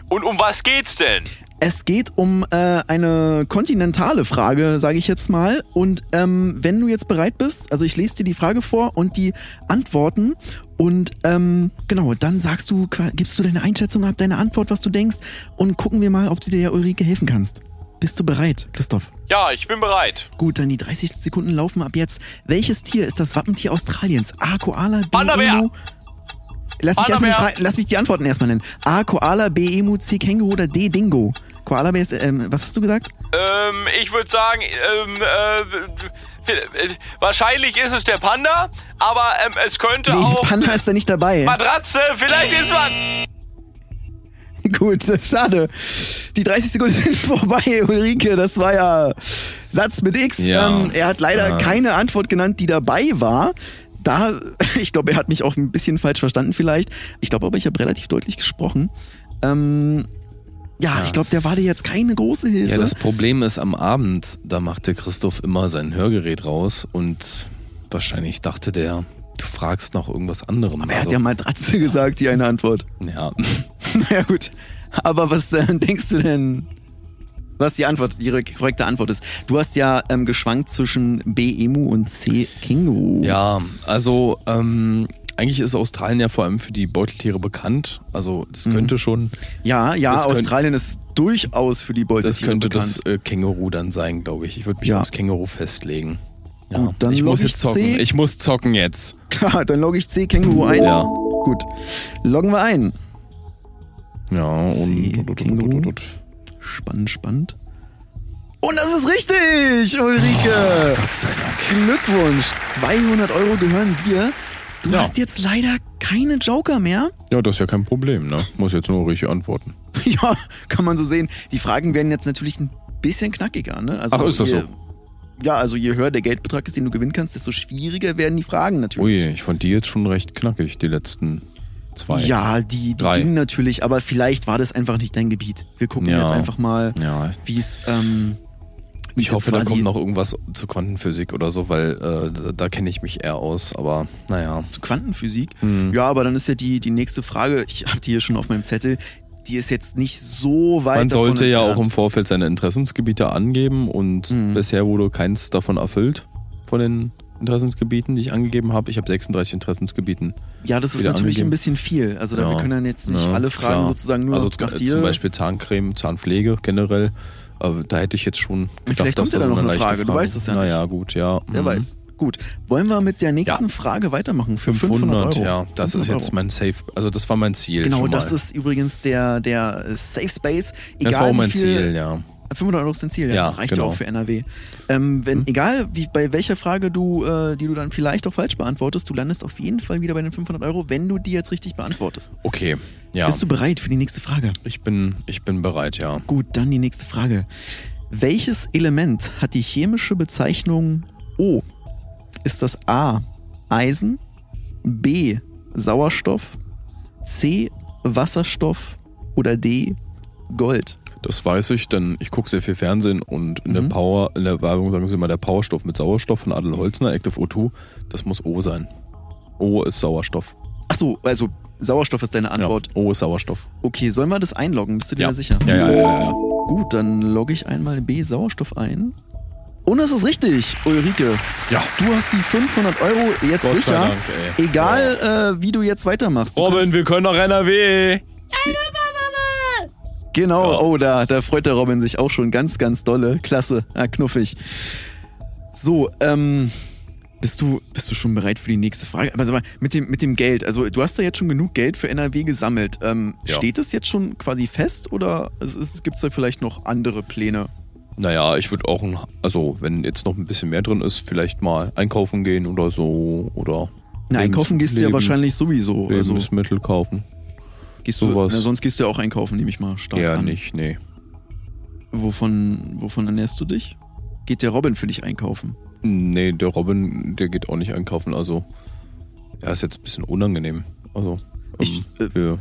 Speaker 7: Und um was geht's denn?
Speaker 2: Es geht um äh, eine kontinentale Frage, sage ich jetzt mal. Und ähm, wenn du jetzt bereit bist, also ich lese dir die Frage vor und die Antworten. Und ähm, genau, dann sagst du, qua- gibst du deine Einschätzung ab, deine Antwort, was du denkst. Und gucken wir mal, ob du dir der Ulrike helfen kannst. Bist du bereit, Christoph?
Speaker 7: Ja, ich bin bereit.
Speaker 2: Gut, dann die 30 Sekunden laufen ab jetzt. Welches Tier ist das Wappentier Australiens? A. Koala, B.
Speaker 7: Panda-Bär.
Speaker 2: Emu. Lass mich, erstmal die
Speaker 7: Panda-Bär.
Speaker 2: Fra- lass mich die Antworten erstmal nennen. A. Koala, B. Emu, C. Känguru oder D. Dingo. Koala Bär ist, ähm, was hast du gesagt?
Speaker 7: Ähm, ich würde sagen, ähm, äh, äh, wahrscheinlich ist es der Panda, aber ähm, es könnte
Speaker 2: Nee,
Speaker 7: auch
Speaker 2: Panda ist da nicht dabei.
Speaker 7: Matratze, vielleicht ist was.
Speaker 2: Gut, das ist schade. Die 30 Sekunden sind vorbei, Ulrike. Das war ja Satz mit X.
Speaker 4: Ja.
Speaker 2: Ähm, er hat leider
Speaker 4: Ja.
Speaker 2: keine Antwort genannt, die dabei war. Da, ich glaube, er hat mich auch ein bisschen falsch verstanden vielleicht. Ich glaube aber, ich habe relativ deutlich gesprochen. Ähm, ja, ich glaube, der war dir jetzt keine große Hilfe.
Speaker 4: Ja, das Problem ist, am Abend, da machte Christoph immer sein Hörgerät raus und wahrscheinlich dachte der, du fragst nach irgendwas anderem. Also,
Speaker 2: aber er hat ja Matratze gesagt, die eine Antwort.
Speaker 4: ja,
Speaker 2: naja, gut. Aber was äh, denkst du denn, was die Antwort, ihre korrekte Antwort ist? Du hast ja ähm, geschwankt zwischen B Emu und C Känguru.
Speaker 4: ja, also ähm, eigentlich ist Australien ja vor allem für die Beuteltiere bekannt. Also
Speaker 2: Mhm.
Speaker 4: das könnte schon,
Speaker 2: Ja, ja,
Speaker 4: Das könnt-
Speaker 2: Australien ist durchaus für die Beute.
Speaker 4: das könnte das äh, Känguru dann sein, glaube ich. Ich würde mich
Speaker 2: Ja.
Speaker 4: aufs Känguru festlegen. Ja.
Speaker 2: Gut, dann
Speaker 4: ich
Speaker 2: log
Speaker 4: muss
Speaker 2: ich
Speaker 4: jetzt zocken.
Speaker 2: C.
Speaker 4: Ich muss zocken jetzt.
Speaker 2: Klar, dann logge ich C Känguru ein.
Speaker 4: Ja.
Speaker 2: Gut. Loggen wir ein.
Speaker 4: Ja, und,
Speaker 2: C, Känguru. Spannend, spannend. Und das ist richtig,
Speaker 4: Oh,
Speaker 2: Ulrike. Glückwunsch. 200 Euro gehören dir. Du
Speaker 4: Ja.
Speaker 2: hast jetzt leider keine Joker mehr.
Speaker 4: Ja, das ist ja kein Problem, ne? Muss jetzt nur richtig antworten.
Speaker 2: ja, kann man so sehen. Die Fragen werden jetzt natürlich ein bisschen knackiger, ne? Also
Speaker 4: Ach, ist das
Speaker 2: je,
Speaker 4: so?
Speaker 2: Ja, also je höher der Geldbetrag ist, den du gewinnen kannst, desto schwieriger werden die Fragen natürlich.
Speaker 4: Ui, ich fand die jetzt schon recht knackig, die letzten zwei.
Speaker 2: Ja, die, die
Speaker 4: Drei.
Speaker 2: gingen natürlich, aber vielleicht war das einfach nicht dein Gebiet. Wir gucken
Speaker 4: Ja.
Speaker 2: jetzt einfach mal,
Speaker 4: Ja.
Speaker 2: wie es. Ähm, wie
Speaker 4: Ich
Speaker 2: es
Speaker 4: hoffe,
Speaker 2: jetzt
Speaker 4: da
Speaker 2: quasi-
Speaker 4: kommt noch irgendwas zu Quantenphysik oder so, weil äh, da- da kenne ich mich eher aus, aber naja.
Speaker 2: zu Quantenphysik.
Speaker 4: Hm.
Speaker 2: Ja, aber dann ist ja die, die nächste Frage, ich habe die hier schon auf meinem Zettel, die ist jetzt nicht so weit.
Speaker 4: Man
Speaker 2: davon
Speaker 4: sollte ja auch um im
Speaker 2: entfernt.
Speaker 4: Vorfeld seine Interessensgebiete angeben und
Speaker 2: Mhm.
Speaker 4: bisher wurde keins davon erfüllt von den Interessensgebieten, die ich angegeben habe. Ich habe 36 Interessensgebieten.
Speaker 2: Ja, das ist
Speaker 4: wieder
Speaker 2: natürlich
Speaker 4: angegeben.
Speaker 2: ein bisschen viel. Also da,
Speaker 4: Ja.
Speaker 2: wir können dann jetzt nicht
Speaker 4: Ja,
Speaker 2: alle Fragen
Speaker 4: klar.
Speaker 2: sozusagen nur
Speaker 4: also
Speaker 2: nach
Speaker 4: z-
Speaker 2: dir.
Speaker 4: zum Beispiel Zahncreme, Zahnpflege generell. Aber da hätte ich jetzt schon gedacht,
Speaker 2: Vielleicht kommt
Speaker 4: dass
Speaker 2: ja da
Speaker 4: so
Speaker 2: noch eine
Speaker 4: leichte
Speaker 2: Frage, du weißt es ja
Speaker 4: Naja, gut, ja.
Speaker 2: Wer
Speaker 4: Mhm.
Speaker 2: weiß. Gut, wollen wir mit der nächsten Frage weitermachen? Für 500,
Speaker 4: 500,
Speaker 2: Euro.
Speaker 4: ja. Das ist
Speaker 2: 500
Speaker 4: jetzt
Speaker 2: Euro.
Speaker 4: mein Safe. Also das war mein Ziel.
Speaker 2: Genau,
Speaker 4: schon mal.
Speaker 2: das ist übrigens der, der Safe Space. Egal
Speaker 4: Das war auch mein
Speaker 2: wie viel,
Speaker 4: Ziel, ja.
Speaker 2: 500 Euro ist dein Ziel, ja.
Speaker 4: Ja,
Speaker 2: reicht ja
Speaker 4: genau. Mhm.
Speaker 2: auch für NRW. Ähm, wenn, Egal, wie, bei welcher Frage du, äh, die du dann vielleicht auch falsch beantwortest, du landest auf jeden Fall wieder bei den 500 Euro, wenn du die jetzt richtig beantwortest.
Speaker 4: Okay, ja.
Speaker 2: Bist du bereit für die nächste Frage?
Speaker 4: Ich bin, ich bin bereit, ja.
Speaker 2: Gut, dann die nächste Frage. Welches Element hat die chemische Bezeichnung O? Ist das A. Eisen, B. Sauerstoff, C. Wasserstoff oder D. Gold?
Speaker 4: Das weiß ich, denn ich gucke sehr viel Fernsehen und in, der
Speaker 2: Mhm.
Speaker 4: Power, in der Werbung sagen sie immer, der Powerstoff mit Sauerstoff von Adel Holzner, Active O2, das muss O sein. O ist Sauerstoff.
Speaker 2: Ach so, also Sauerstoff ist deine
Speaker 4: Ja,
Speaker 2: Antwort.
Speaker 4: O ist Sauerstoff.
Speaker 2: Okay, sollen wir das einloggen? Bist du dir
Speaker 4: Ja.
Speaker 2: da sicher?
Speaker 4: Ja, ja, ja, ja, ja.
Speaker 2: Gut, dann logge ich einmal B Sauerstoff ein. Und es ist richtig, Ulrike.
Speaker 4: Ja.
Speaker 2: Du hast die 500 Euro jetzt
Speaker 4: Gott sei
Speaker 2: sicher.
Speaker 4: Dank, ey.
Speaker 2: Egal, äh, wie du jetzt weitermachst. Du
Speaker 4: Robin, wir können nach NRW.
Speaker 2: Genau,
Speaker 4: Ja.
Speaker 2: oh, da, da freut der Robin sich auch schon ganz, ganz dolle. Klasse, ah, knuffig. So, ähm, bist du, bist du schon bereit für die nächste Frage? Aber sag mal, mit dem, mit dem Geld, also du hast da jetzt schon genug Geld für NRW gesammelt. Ähm,
Speaker 4: Ja.
Speaker 2: Steht das jetzt schon quasi fest oder gibt es da vielleicht noch andere Pläne?
Speaker 4: Naja, ich würde auch, ein, also wenn jetzt noch ein bisschen mehr drin ist, vielleicht mal einkaufen gehen oder so. Oder
Speaker 2: Na,
Speaker 4: Lebens-
Speaker 2: einkaufen gehst du ja
Speaker 4: Leben-
Speaker 2: wahrscheinlich sowieso. Also,
Speaker 4: Lebensmittel kaufen.
Speaker 2: gehst du,
Speaker 4: sowas.
Speaker 2: na, sonst gehst du ja auch einkaufen, nehme ich mal stark
Speaker 4: Ja,
Speaker 2: an.
Speaker 4: nicht, nee.
Speaker 2: Wovon, wovon ernährst du dich? Geht der Robin für dich einkaufen?
Speaker 4: Nee, der Robin, der geht auch nicht einkaufen, also. Ja, ist jetzt ein bisschen unangenehm. Also,
Speaker 2: Ich,
Speaker 4: ähm, wir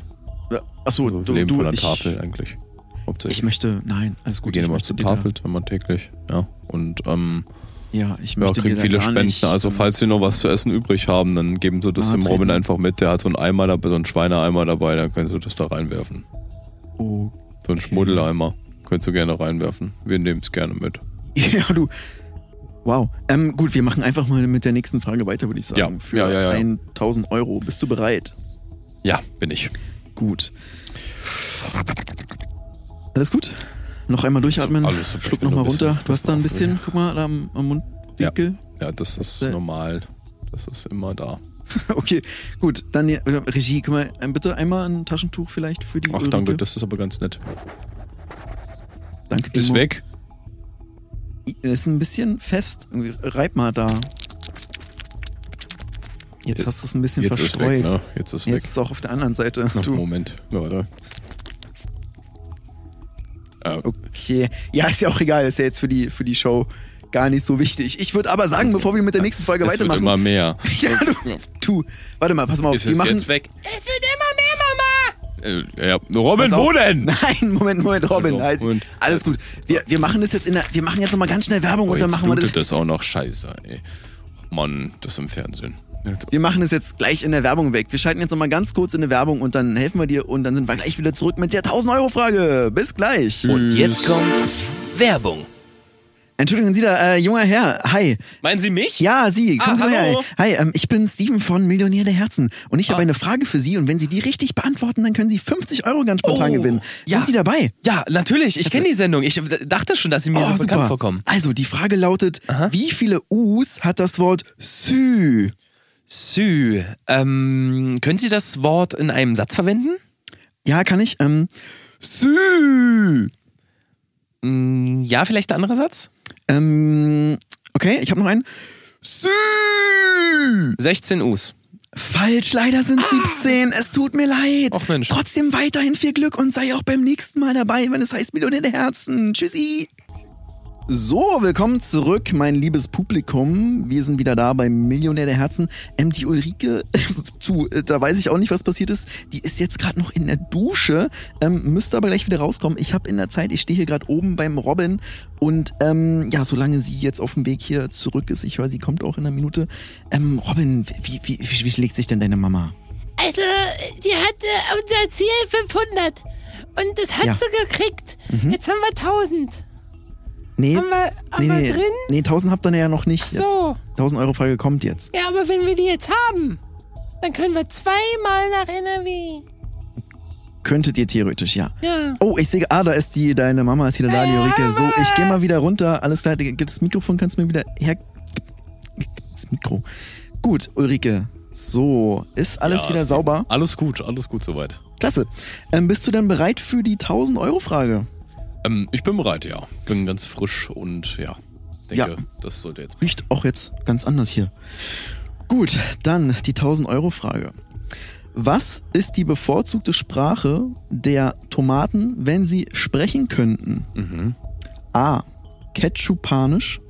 Speaker 2: Achso,
Speaker 4: also,
Speaker 2: Äh, du,
Speaker 4: leben
Speaker 2: du
Speaker 4: von der
Speaker 2: ich,
Speaker 4: Tafel eigentlich.
Speaker 2: Ich
Speaker 4: Hauptsächlich.
Speaker 2: möchte, nein, alles
Speaker 4: wir
Speaker 2: gut.
Speaker 4: gehen
Speaker 2: ich
Speaker 4: immer
Speaker 2: möchte
Speaker 4: zur
Speaker 2: dir da-
Speaker 4: Tafel zweimal täglich, ja. Und ähm,
Speaker 2: Ja, ich
Speaker 4: ja,
Speaker 2: möchte
Speaker 4: kriegen
Speaker 2: dir da
Speaker 4: viele
Speaker 2: gar
Speaker 4: Spenden.
Speaker 2: Nicht,
Speaker 4: also,
Speaker 2: ähm,
Speaker 4: falls sie noch was zu essen übrig haben, dann geben sie das
Speaker 2: Ah,
Speaker 4: dem
Speaker 2: treten.
Speaker 4: Robin einfach mit. Der hat so einen Eimer dabei, so einen Schweineeimer dabei, dann können sie das da reinwerfen.
Speaker 2: Oh.
Speaker 4: So einen Schmuddeleimer. Könntest du gerne reinwerfen. Wir nehmen es gerne mit.
Speaker 2: Ja, du. Wow. Ähm, gut, wir machen einfach mal mit der nächsten Frage weiter, würde ich sagen.
Speaker 4: Ja,
Speaker 2: Für
Speaker 4: ja, ja, ja.
Speaker 2: 1000 Euro. Bist du bereit?
Speaker 4: Ja, bin ich.
Speaker 2: Gut. Alles gut? Noch einmal durchatmen.
Speaker 4: Alles super.
Speaker 2: Schluck
Speaker 4: Ich bin
Speaker 2: nochmal
Speaker 4: noch ein bisschen-
Speaker 2: runter. Du hast da ein
Speaker 4: bisschen
Speaker 2: bisschen, guck mal, da am, am Mundwinkel.
Speaker 4: Ja, das ist
Speaker 2: Äh.
Speaker 4: normal. Das ist immer da.
Speaker 2: Okay, gut. Dann die- äh, Regie, guck mal, ähm, bitte einmal ein Taschentuch vielleicht für die
Speaker 4: Ach,
Speaker 2: Ulrike.
Speaker 4: danke, das ist aber ganz nett.
Speaker 2: Danke,
Speaker 4: Ist
Speaker 2: Timo.
Speaker 4: weg.
Speaker 2: I- Ist ein bisschen fest. Irgendwie, Reib mal da. Jetzt hast du es ein bisschen
Speaker 4: Jetzt ist
Speaker 2: verstreut.
Speaker 4: weg, ne? Jetzt ist
Speaker 2: Jetzt
Speaker 4: weg.
Speaker 2: ist es auch auf der anderen Seite.
Speaker 4: Na,
Speaker 2: Du,
Speaker 4: Moment. Ja, warte. Äh,
Speaker 2: okay. Ja, ist ja auch egal. Ist ja jetzt für die, für die Show gar nicht so wichtig. Ich würde aber sagen, bevor wir mit der nächsten Folge
Speaker 4: es wird
Speaker 2: weitermachen.
Speaker 4: immer mehr.
Speaker 2: ja, du, du, warte mal, pass mal auf.
Speaker 4: Ist
Speaker 2: wir
Speaker 4: es
Speaker 2: machen,
Speaker 4: jetzt weg? Es wird immer mehr, Mama! Äh, ja. Robin,
Speaker 2: Pass auf.
Speaker 4: wo denn?
Speaker 2: Nein, Moment, Moment, Robin.
Speaker 4: Also,
Speaker 2: halt.
Speaker 4: Moment.
Speaker 2: Alles gut. Wir, wir machen das jetzt in der, wir machen jetzt nochmal ganz schnell Werbung
Speaker 4: Oh,
Speaker 2: und dann
Speaker 4: jetzt
Speaker 2: machen wir das.
Speaker 4: blutet das auch noch scheiße, ey. Mann, das im Fernsehen.
Speaker 2: Wir machen es jetzt gleich in der Werbung weg. Wir schalten jetzt nochmal ganz kurz in der Werbung und dann helfen wir dir und dann sind wir gleich wieder zurück mit der 1000-Euro-Frage. Bis gleich.
Speaker 6: Und jetzt kommt Werbung.
Speaker 2: Entschuldigen Sie da, äh, junger Herr. Hi.
Speaker 6: Meinen Sie mich?
Speaker 2: Ja, Sie, kommen
Speaker 6: Ah,
Speaker 2: Sie mal her.
Speaker 6: hallo. Ah.
Speaker 2: Hi, ähm, ich bin Steven von Millionär der Herzen und ich habe eine Frage für Sie und wenn Sie die richtig beantworten, dann können Sie 50 Euro ganz spontan
Speaker 6: Oh,
Speaker 2: gewinnen.
Speaker 6: ja.
Speaker 2: Sind Sie dabei? Oh,
Speaker 6: Ja, natürlich.
Speaker 7: Also
Speaker 6: Ich kenne die Sendung. Ich äh, dachte schon, dass sie mir
Speaker 7: Oh,
Speaker 6: so bekannt vorkommen.
Speaker 2: Also, die Frage lautet, wie viele U's hat das Wort Sü?
Speaker 6: Sü, ähm, können Sie das Wort in einem Satz verwenden?
Speaker 2: Ja, kann ich? Ähm, Sü.
Speaker 6: Mm, Ja, vielleicht der andere Satz?
Speaker 2: Ähm, okay, ich habe noch einen. Sü.
Speaker 6: 16 U's.
Speaker 2: Falsch, leider sind 17. Es tut mir leid.
Speaker 6: Ach, Mensch.
Speaker 2: Trotzdem weiterhin viel Glück und sei auch beim nächsten Mal dabei, wenn es heißt Millionen der Herzen. Tschüssi. So, willkommen zurück, mein liebes Publikum. Wir sind wieder da beim Millionär der Herzen. Ähm, die Ulrike, zu, äh, da weiß ich auch nicht, was passiert ist. Die ist jetzt gerade noch in der Dusche, ähm, müsste aber gleich wieder rauskommen. Ich habe in der Zeit, ich stehe hier gerade oben beim Robin und ähm, ja, solange sie jetzt auf dem Weg hier zurück ist, ich höre, sie kommt auch in einer Minute. Ähm, Robin, wie, wie, wie, wie schlägt sich denn deine Mama?
Speaker 8: Also, die hatte unser Ziel 500. Und das hat
Speaker 2: Ja. Mhm.
Speaker 8: sie gekriegt. Jetzt haben wir 1000.
Speaker 2: Nee,
Speaker 8: Haben wir, haben
Speaker 2: nee,
Speaker 8: wir
Speaker 2: nee,
Speaker 8: drin?
Speaker 2: nee, 1000 habt ihr ja noch nicht.
Speaker 8: So.
Speaker 2: Jetzt. 1000 Euro Frage kommt jetzt.
Speaker 8: Ja, aber wenn wir die jetzt haben, dann können wir zweimal nach NRW.
Speaker 2: Könntet ihr theoretisch, ja.
Speaker 8: Ja.
Speaker 2: Oh, ich sehe, ah, da ist die, deine Mama ist wieder da, die Ulrike. So, ich gehe mal wieder runter. Alles klar, gib das Mikrofon, kannst du mir wieder her. Das Mikro. Gut, Ulrike. So, ist alles
Speaker 4: Ja,
Speaker 2: wieder
Speaker 4: ist-
Speaker 2: sauber?
Speaker 4: Alles gut, alles gut soweit.
Speaker 2: Klasse. Ähm, bist du denn bereit für die 1000 Euro Frage?
Speaker 4: Ähm, ich bin bereit, ja. Bin ganz frisch und ja, denke,
Speaker 2: Ja.
Speaker 4: das sollte jetzt.
Speaker 2: Riecht auch jetzt ganz anders hier. Gut, dann die 1000 Euro Frage. Was ist die bevorzugte Sprache der Tomaten, wenn sie sprechen könnten?
Speaker 4: Mhm.
Speaker 2: A. Ketchupanisch.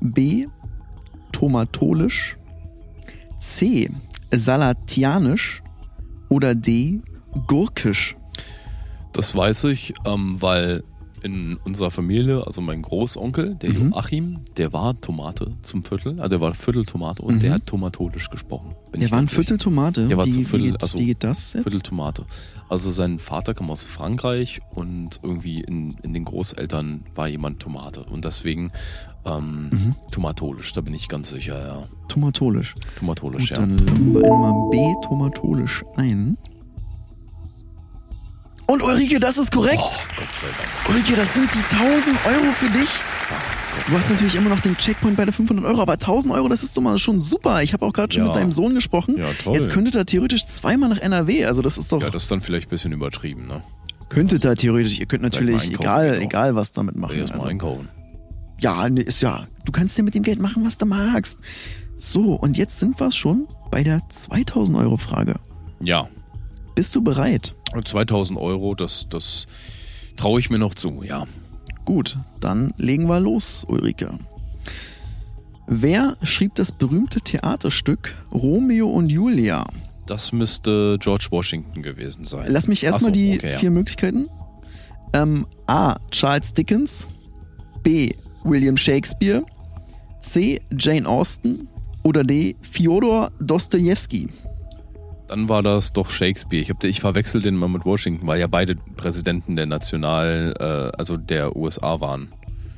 Speaker 2: B. Tomatolisch. C. Salatianisch. Oder D. Gurkisch.
Speaker 4: Das weiß ich, ähm, weil in unserer Familie, also mein Großonkel, der
Speaker 2: Mhm.
Speaker 4: Joachim, der war Tomate zum Viertel, also der war Vierteltomate und
Speaker 2: Mhm.
Speaker 4: der hat tomatolisch gesprochen. Bin
Speaker 2: Der
Speaker 4: ich
Speaker 2: war ein
Speaker 4: ganz sicher.
Speaker 2: Viertel Tomate.
Speaker 4: Der war
Speaker 2: wie,
Speaker 4: zu Viertel,
Speaker 2: wie, geht,
Speaker 4: also
Speaker 2: wie geht das jetzt?
Speaker 4: Vierteltomate. Also sein Vater kam aus Frankreich und irgendwie in, in den Großeltern war jemand Tomate. Und deswegen ähm,
Speaker 2: Mhm.
Speaker 4: tomatolisch, da bin ich ganz sicher, ja.
Speaker 2: Tomatolisch.
Speaker 4: Tomatolisch,
Speaker 2: Gut,
Speaker 4: ja.
Speaker 2: dann loggen wir einmal B tomatolisch ein. Und Ulrike, das ist korrekt.
Speaker 4: Oh, Gott sei Dank.
Speaker 2: Ulrike, das sind die 1000 Euro für dich. Du hast natürlich immer noch den Checkpoint bei der 500 Euro, aber 1000 Euro, das ist doch mal schon super. Ich habe auch gerade schon
Speaker 4: Ja.
Speaker 2: mit deinem Sohn gesprochen.
Speaker 4: Ja, toll.
Speaker 2: Jetzt könntet ihr theoretisch zweimal nach NRW, also das ist doch,
Speaker 4: Ja, das ist dann vielleicht ein bisschen übertrieben, ne?
Speaker 2: könntet ihr theoretisch, ihr könnt
Speaker 4: Vielleicht mal
Speaker 2: natürlich,
Speaker 4: einkaufen genau.
Speaker 2: egal,
Speaker 4: gehen auch.
Speaker 2: egal was damit
Speaker 4: Oder
Speaker 2: machen.
Speaker 4: erstmal
Speaker 2: Also,
Speaker 4: einkaufen.
Speaker 2: ja, nee, ist ja, du kannst dir mit dem Geld machen, was du magst. So, und jetzt sind wir schon bei der 2000 Euro Frage.
Speaker 4: Ja,
Speaker 2: Bist du bereit?
Speaker 4: und 2000 Euro, das, das traue ich mir noch zu, ja.
Speaker 2: Gut, dann legen wir los, Ulrike. Wer schrieb das berühmte Theaterstück Romeo und Julia?
Speaker 4: Das müsste George Washington gewesen sein.
Speaker 2: Lass
Speaker 4: Ach
Speaker 2: mich
Speaker 4: so,
Speaker 2: erstmal die
Speaker 4: okay, ja.
Speaker 2: vier Möglichkeiten. Ähm, A. Charles Dickens. B. William Shakespeare. C. Jane Austen. Oder D. Fyodor Dostojewski.
Speaker 4: Dann war das doch Shakespeare. Ich, hab, ich verwechsel den mal mit Washington, weil ja beide Präsidenten der National, äh, also der USA waren.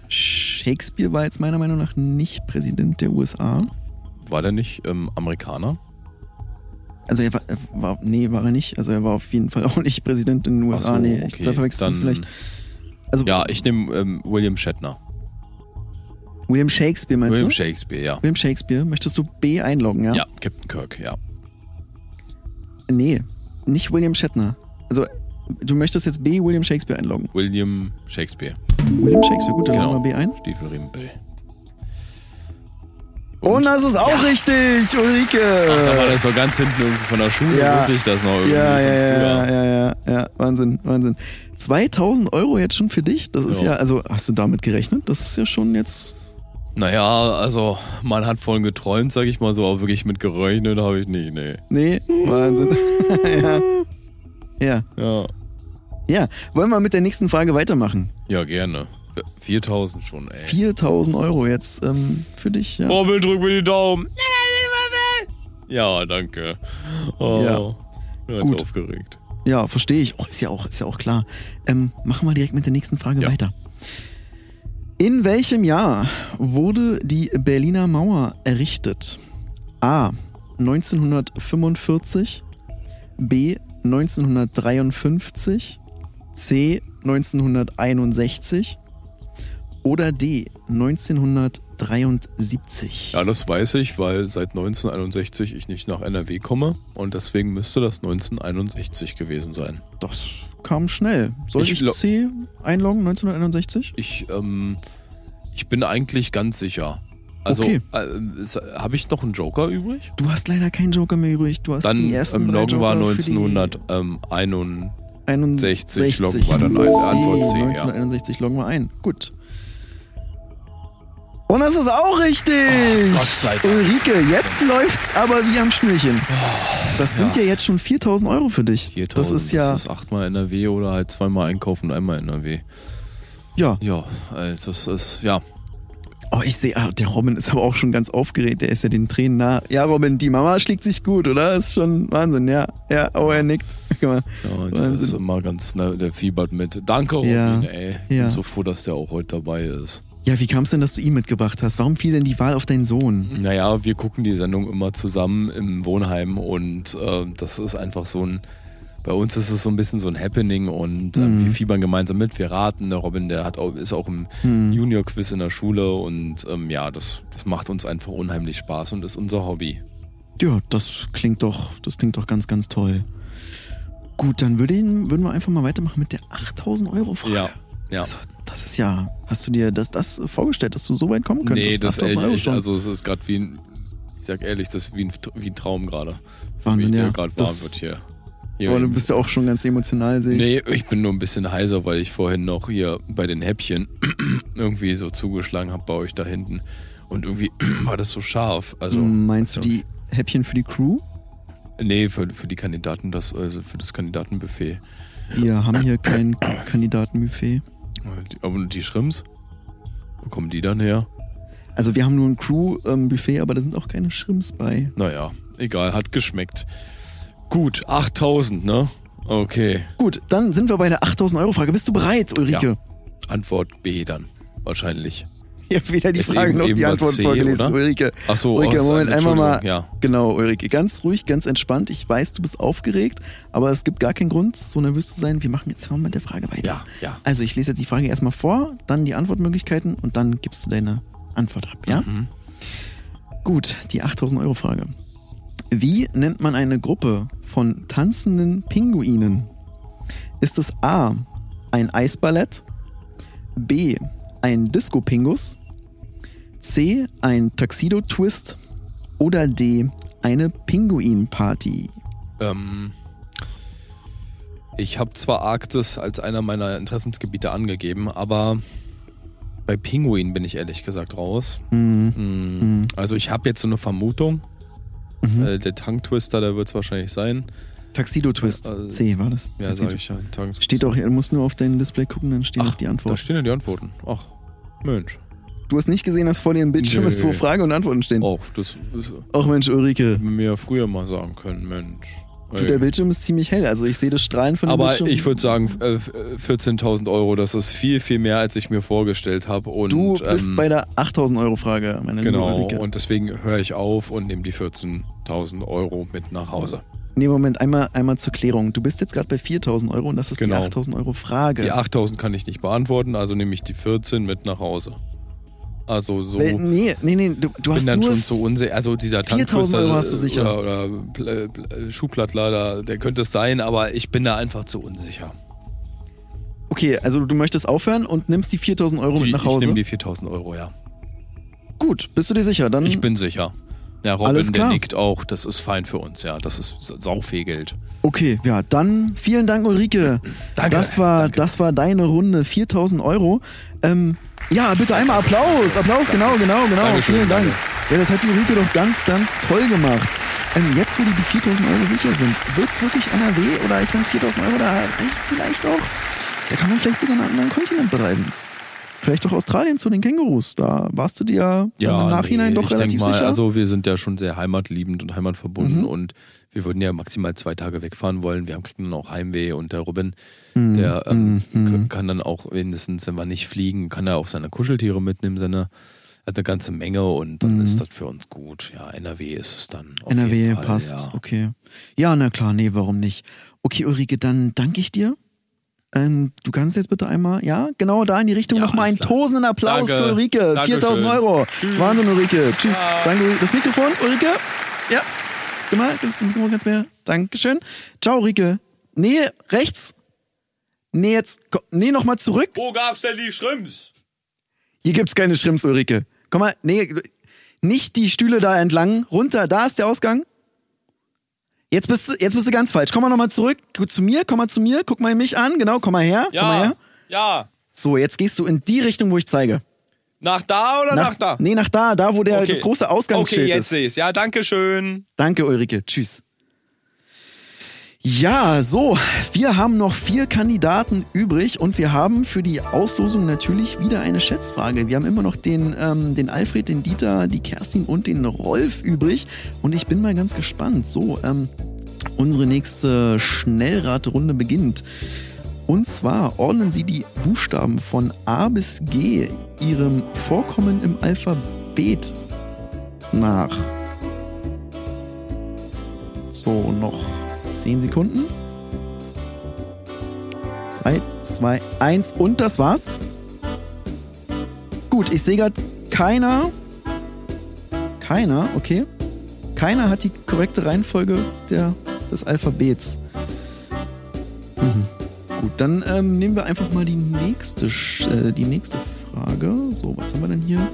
Speaker 2: Shakespeare war jetzt meiner Meinung nach nicht Präsident der USA.
Speaker 4: War der nicht ähm, Amerikaner?
Speaker 2: Also er war, er war, nee, war er nicht. Also er war auf jeden Fall auch nicht Präsident in den
Speaker 4: Ach
Speaker 2: USA.
Speaker 4: so,
Speaker 2: nee, ich
Speaker 4: okay.
Speaker 2: da verwechsel ich
Speaker 4: Dann-
Speaker 2: vielleicht. Also
Speaker 4: Ja, ich nehme ähm, William Shatner.
Speaker 2: William Shakespeare meinst
Speaker 4: William
Speaker 2: du?
Speaker 4: Shakespeare, ja.
Speaker 2: William Shakespeare. Möchtest du B einloggen, ja?
Speaker 4: Ja, Captain Kirk, ja.
Speaker 2: Nee, nicht William Shatner. Also du möchtest jetzt B William Shakespeare einloggen.
Speaker 4: William Shakespeare.
Speaker 2: William Shakespeare, gut, dann
Speaker 4: Genau.
Speaker 2: loggen wir B ein.
Speaker 4: Stiefelriemen Bill.
Speaker 2: Und, das ist auch richtig,
Speaker 4: Da war
Speaker 2: Ulrike.
Speaker 4: das so ganz hinten irgendwie von der Schule,
Speaker 2: Ja.
Speaker 4: wusste ich das noch irgendwie.
Speaker 2: ja, ja, ja, ja,
Speaker 4: von früher.
Speaker 2: ja, ja, ja, Wahnsinn, Wahnsinn. 2000 Euro jetzt schon für dich, das ist ja.
Speaker 4: Ja.
Speaker 2: also hast du damit gerechnet? Das ist ja schon jetzt,
Speaker 4: Naja, also man hat von geträumt, sag ich mal so, aber wirklich mit gerechnet habe ich nicht, nee.
Speaker 2: nee, Wahnsinn. ja. ja,
Speaker 4: Ja,
Speaker 2: ja. Wollen wir mit der nächsten Frage weitermachen?
Speaker 4: ja gerne. 4000 schon, ey.
Speaker 2: 4000 Euro jetzt ähm, für dich, ja.
Speaker 4: Bobbel, drück mir die Daumen. Ja, danke. Oh, ja.
Speaker 2: Gut.
Speaker 4: Gut. aufgeregt.
Speaker 2: Ja, verstehe ich. Oh, ist ja auch, ist ja auch klar. Ähm, machen wir direkt mit der nächsten Frage
Speaker 4: Ja.
Speaker 2: weiter. In welchem Jahr wurde die Berliner Mauer errichtet? A. 1945, B. 1953, C. 1961 oder D. 1973.
Speaker 4: Ja, das weiß ich, weil seit 1961 ich nicht nach NRW komme und deswegen müsste das 1961 gewesen sein.
Speaker 2: Das kam schnell. Soll
Speaker 4: Ich
Speaker 2: ich,
Speaker 4: lo-
Speaker 2: C einloggen, 1961?
Speaker 4: Ich, ähm, ich bin eigentlich ganz sicher. Also,
Speaker 2: Okay.
Speaker 4: äh, habe ich noch einen Joker übrig?
Speaker 2: Du hast leider keinen Joker mehr übrig. Du hast
Speaker 4: Dann
Speaker 2: die ersten
Speaker 4: ähm,
Speaker 2: drei
Speaker 4: Loggen war
Speaker 2: Joker für die
Speaker 4: 1961.
Speaker 2: 61.
Speaker 4: loggen wir dann ein. Antwort C, ja.
Speaker 2: 1961 loggen wir ein. Gut. Und das ist auch richtig.
Speaker 4: Gott sei Dank.
Speaker 2: Ulrike, jetzt läuft's aber wie am Schnürchen.
Speaker 4: Oh,
Speaker 2: Das sind ja, jetzt schon 4000 Euro für dich.
Speaker 4: 4000,
Speaker 2: das ist ja,
Speaker 4: Das ist achtmal NRW oder halt zweimal einkaufen und einmal NRW.
Speaker 2: ja,
Speaker 4: äh, Ja, also das ist, ja.
Speaker 2: Oh, ich sehe, ah, der Robin ist aber auch schon ganz aufgeregt. Der ist ja den Tränen nah. Ja, Robin, die Mama schlägt sich gut, oder? Ist schon Wahnsinn, ja. Ja, oh, er nickt. Guck mal.
Speaker 4: Ja, der
Speaker 2: Wahnsinn.
Speaker 4: ist immer ganz, ne, der fiebert mit. Danke, Robin,
Speaker 2: Ja.
Speaker 4: ey. Ich
Speaker 2: Ja.
Speaker 4: bin so froh, dass der auch heute dabei ist.
Speaker 2: Ja, wie kam es denn, dass du ihn mitgebracht hast? Warum fiel denn die Wahl auf deinen Sohn?
Speaker 4: Naja, wir gucken die Sendung immer zusammen im Wohnheim und äh, das ist einfach so ein. Bei uns ist es so ein bisschen so ein Happening und äh,
Speaker 2: Mhm.
Speaker 4: wir fiebern gemeinsam mit, wir raten. Der Robin, der hat auch, ist auch im
Speaker 2: Mhm.
Speaker 4: Junior-Quiz in der Schule und ähm, ja, das, das macht uns einfach unheimlich Spaß und ist unser Hobby.
Speaker 2: Ja, das klingt doch, das klingt doch ganz, ganz toll. Gut, dann würde ihn, würden wir einfach mal weitermachen mit der 8000 Euro Frage.
Speaker 4: Ja, ja.
Speaker 2: Also, das ist ja, hast du dir das, das vorgestellt, dass du so weit kommen könntest?
Speaker 4: nee, das ist
Speaker 2: 8000 Euro
Speaker 4: ehrlich,
Speaker 2: schon.
Speaker 4: also es ist gerade wie ein, ich sag ehrlich, das ist wie ein, wie ein Traum gerade.
Speaker 2: Wahnsinn,
Speaker 4: Wie
Speaker 2: Also, ja.
Speaker 4: der gerade warm
Speaker 2: Das-
Speaker 4: wird hier. hier
Speaker 2: Boah, du
Speaker 4: in-
Speaker 2: bist ja auch schon ganz emotional, sehe ich.
Speaker 4: Nee, ich bin nur ein bisschen heiser, weil ich vorhin noch hier bei den Häppchen irgendwie so zugeschlagen habe bei euch da hinten. Und irgendwie war das so scharf. Also,
Speaker 2: Hm, Meinst du die Häppchen für die Crew?
Speaker 4: Nee, für, für die Kandidaten, das, also für das Kandidatenbuffet.
Speaker 2: Wir haben hier kein Kandidatenbuffet.
Speaker 4: Und die- Und die Schrimps? Wo kommen die dann her?
Speaker 2: Also wir haben nur ein Crew-Buffet, aber da sind auch keine Shrimps bei.
Speaker 4: Naja, egal, hat geschmeckt. Gut, 8000, ne? Okay.
Speaker 2: Gut, dann sind wir bei der 8000 Euro Frage. Bist du bereit, Ulrike?
Speaker 4: Antwort B dann. Wahrscheinlich.
Speaker 2: Ich habe weder die
Speaker 4: Jetzt
Speaker 2: Frage
Speaker 4: eben-
Speaker 2: noch
Speaker 4: eben
Speaker 2: die
Speaker 4: war
Speaker 2: Antwort
Speaker 4: C,
Speaker 2: vorgelesen,
Speaker 4: oder?
Speaker 2: Ulrike.
Speaker 4: Ach so,
Speaker 2: Ulrike,
Speaker 4: oh, ist
Speaker 2: Moment,
Speaker 4: eine-
Speaker 2: einmal mal.
Speaker 4: Entschuldigung,
Speaker 2: Genau, Ulrike. Ganz ruhig, ganz entspannt. Ich weiß, du bist aufgeregt, aber es gibt gar keinen Grund, so nervös zu sein. Wir machen jetzt mal mit der Frage weiter.
Speaker 4: Ja, ja.
Speaker 2: Also, ich lese jetzt die Frage erstmal vor, dann die Antwortmöglichkeiten und dann gibst du deine Antwort ab, ja?
Speaker 4: Mhm.
Speaker 2: Gut, die 8000 Euro Frage. Wie nennt man eine Gruppe von tanzenden Pinguinen? Ist es A, ein Eisballett? B, ein Disco-Pingus? C, ein Tuxedo-Twist? Oder D, eine Pinguin-Party?
Speaker 4: Ähm, ich habe zwar Arktis als einer meiner Interessensgebiete angegeben, aber bei Pinguin bin ich ehrlich gesagt raus.
Speaker 2: Mhm.
Speaker 4: Hm. Also ich habe jetzt so eine Vermutung.
Speaker 2: Mhm.
Speaker 4: Äh, der Tanktwister, der wird es wahrscheinlich sein.
Speaker 2: Tuxedo-Twist.
Speaker 4: Also-
Speaker 2: C war das.
Speaker 4: Ja,
Speaker 2: Tuxedo.
Speaker 4: sage ich ja. Tanktwister.
Speaker 2: Steht auch hier, du musst nur auf dein Display gucken, dann steht auch
Speaker 4: Ach,
Speaker 2: die
Speaker 4: Da
Speaker 2: Antwort.
Speaker 4: stehen ja die Antworten. Ach, Mensch.
Speaker 2: Du hast nicht gesehen, dass vor dir im Bildschirm
Speaker 4: Nö. Oh.
Speaker 2: ist, wo Frage und Antworten stehen.
Speaker 4: Auch, das ist,
Speaker 2: Och Mensch, Ulrike.
Speaker 4: mir früher mal sagen können, Mensch.
Speaker 2: Du, der Bildschirm ist ziemlich hell, also ich sehe das Strahlen von dem
Speaker 4: aber
Speaker 2: Bildschirm.
Speaker 4: ich würde sagen, äh, 14.000 Euro, das ist viel, viel mehr, als ich mir vorgestellt habe.
Speaker 2: du bist bei der 8000 Euro Frage, meine liebe
Speaker 4: ähm, Genau,
Speaker 2: Ulrike.
Speaker 4: und deswegen höre ich auf und nehme die 14.000 Euro mit nach Hause.
Speaker 2: nee, Moment, einmal, einmal zur Klärung. Du bist jetzt gerade bei 4000 Euro und das ist
Speaker 4: Genau.
Speaker 2: die 8000 Euro Frage.
Speaker 4: Die 8.000 kann ich nicht beantworten, also nehme ich die 14 mit nach Hause. Also so
Speaker 2: Nee, nee, nee, nee, du, du
Speaker 4: bin
Speaker 2: hast
Speaker 4: dann
Speaker 2: nur
Speaker 4: schon zu unsicher. Also dieser
Speaker 2: 4.000
Speaker 4: Tanktwister
Speaker 2: Euro hast du
Speaker 4: äh,
Speaker 2: sicher.
Speaker 4: oder, oder Pl- Pl- Schuhplattler, da, der könnte es sein, aber ich bin da einfach zu unsicher.
Speaker 2: Okay, also du möchtest aufhören und nimmst die 4000 Euro
Speaker 4: Die,
Speaker 2: mit nach
Speaker 4: Ich
Speaker 2: Hause.
Speaker 4: nehme die 4.000 Euro, ja.
Speaker 2: Gut, bist du dir sicher? Dann
Speaker 4: Ich bin sicher. Ja, Robin,
Speaker 2: Mhm. Alles klar.
Speaker 4: der nickt auch, das ist fein für uns, ja. Das ist sau viel Geld.
Speaker 2: Okay, ja, dann vielen Dank, Ulrike.
Speaker 4: Danke,
Speaker 2: Das war, Das war deine Runde, 4000 Euro. Ähm, ja, bitte einmal Applaus, Applaus, genau, genau, genau.
Speaker 4: Dankeschön,
Speaker 2: vielen Dank.
Speaker 4: danke.
Speaker 2: Ja, das hat die Ulrike doch ganz, ganz toll gemacht. Ähm, jetzt, wo die die 4000 Euro sicher sind, wird's wirklich NRW oder ich meine 4000 Euro, da reicht vielleicht auch. Da kann man vielleicht sogar einen anderen Kontinent bereisen. Vielleicht auch Australien zu den Kängurus. Da warst du dir ja, dann im Nachhinein
Speaker 4: nee,
Speaker 2: doch
Speaker 4: ich denk
Speaker 2: relativ
Speaker 4: mal,
Speaker 2: sicher. Mhm.
Speaker 4: Also wir sind ja schon sehr heimatliebend und heimatverbunden und wir würden ja maximal zwei Tage wegfahren wollen. Wir haben, kriegen dann auch Heimweh und der Robin,
Speaker 2: Mhm.
Speaker 4: der ähm, k- kann dann auch wenigstens, wenn wir nicht fliegen, kann er auch seine Kuscheltiere mitnehmen, seine er hat eine ganze Menge und dann
Speaker 2: Mhm.
Speaker 4: ist das für uns gut. Ja, NRW ist es dann. Auf
Speaker 2: NRW
Speaker 4: jeden Fall,
Speaker 2: passt,
Speaker 4: Ja.
Speaker 2: okay. Ja, na klar, nee, warum nicht? Okay, Ulrike, dann danke ich dir. Ähm, du kannst jetzt bitte einmal, ja, genau da in die Richtung
Speaker 4: Ja,
Speaker 2: nochmal einen
Speaker 4: alles klar.
Speaker 2: tosenden Applaus
Speaker 4: Danke.
Speaker 2: für Ulrike.
Speaker 4: Dankeschön.
Speaker 2: 4000 Euro. Wahnsinn, Ulrike. Tschüss. Danke, Ulrike. Das Mikrofon, Ulrike. Ja, gib mal, gib das Mikrofon ganz mehr. Dankeschön. Ciao, Ulrike. Nee, rechts. Nee, jetzt, ko- nee, nochmal zurück.
Speaker 7: Wo gab's denn die Schrimps?
Speaker 2: Hier gibt's keine Schrimps, Ulrike. Komm mal, nee, nicht die Stühle da entlang. Runter, da ist der Ausgang. Jetzt bist du, jetzt bist du ganz falsch. Komm mal nochmal zurück. Guck zu mir, komm mal zu mir, guck mal mich an. Genau, komm mal her. Komm mal her.
Speaker 7: ja.
Speaker 2: So, jetzt gehst du in die Richtung, wo ich zeige.
Speaker 7: Nach da oder nach, da?
Speaker 2: Nee, nach da, da, wo der,
Speaker 7: Okay.
Speaker 2: das große
Speaker 7: Okay,
Speaker 2: Ausgangsschild
Speaker 7: jetzt
Speaker 2: ist.
Speaker 7: sehe ich's. Ja, danke schön.
Speaker 2: Danke, Ulrike. Tschüss. Ja, so, wir haben noch vier Kandidaten übrig und wir haben für die Auslosung natürlich wieder eine Schätzfrage. Wir haben immer noch den, ähm, den Alfred, den Dieter, die Kerstin und den Rolf übrig und ich bin mal ganz gespannt. So, ähm, unsere nächste Schnellradrunde beginnt. Und zwar ordnen Sie die Buchstaben von A bis G ihrem Vorkommen im Alphabet nach. So, noch 10 Sekunden. 3, 2, 1 und das war's. Gut, ich sehe gerade keiner. Keiner, okay. Keiner hat die korrekte Reihenfolge der, des Alphabets. Mhm. Gut, dann ähm, nehmen wir einfach mal die nächste, Sch- äh, die nächste Frage. So, was haben wir denn hier?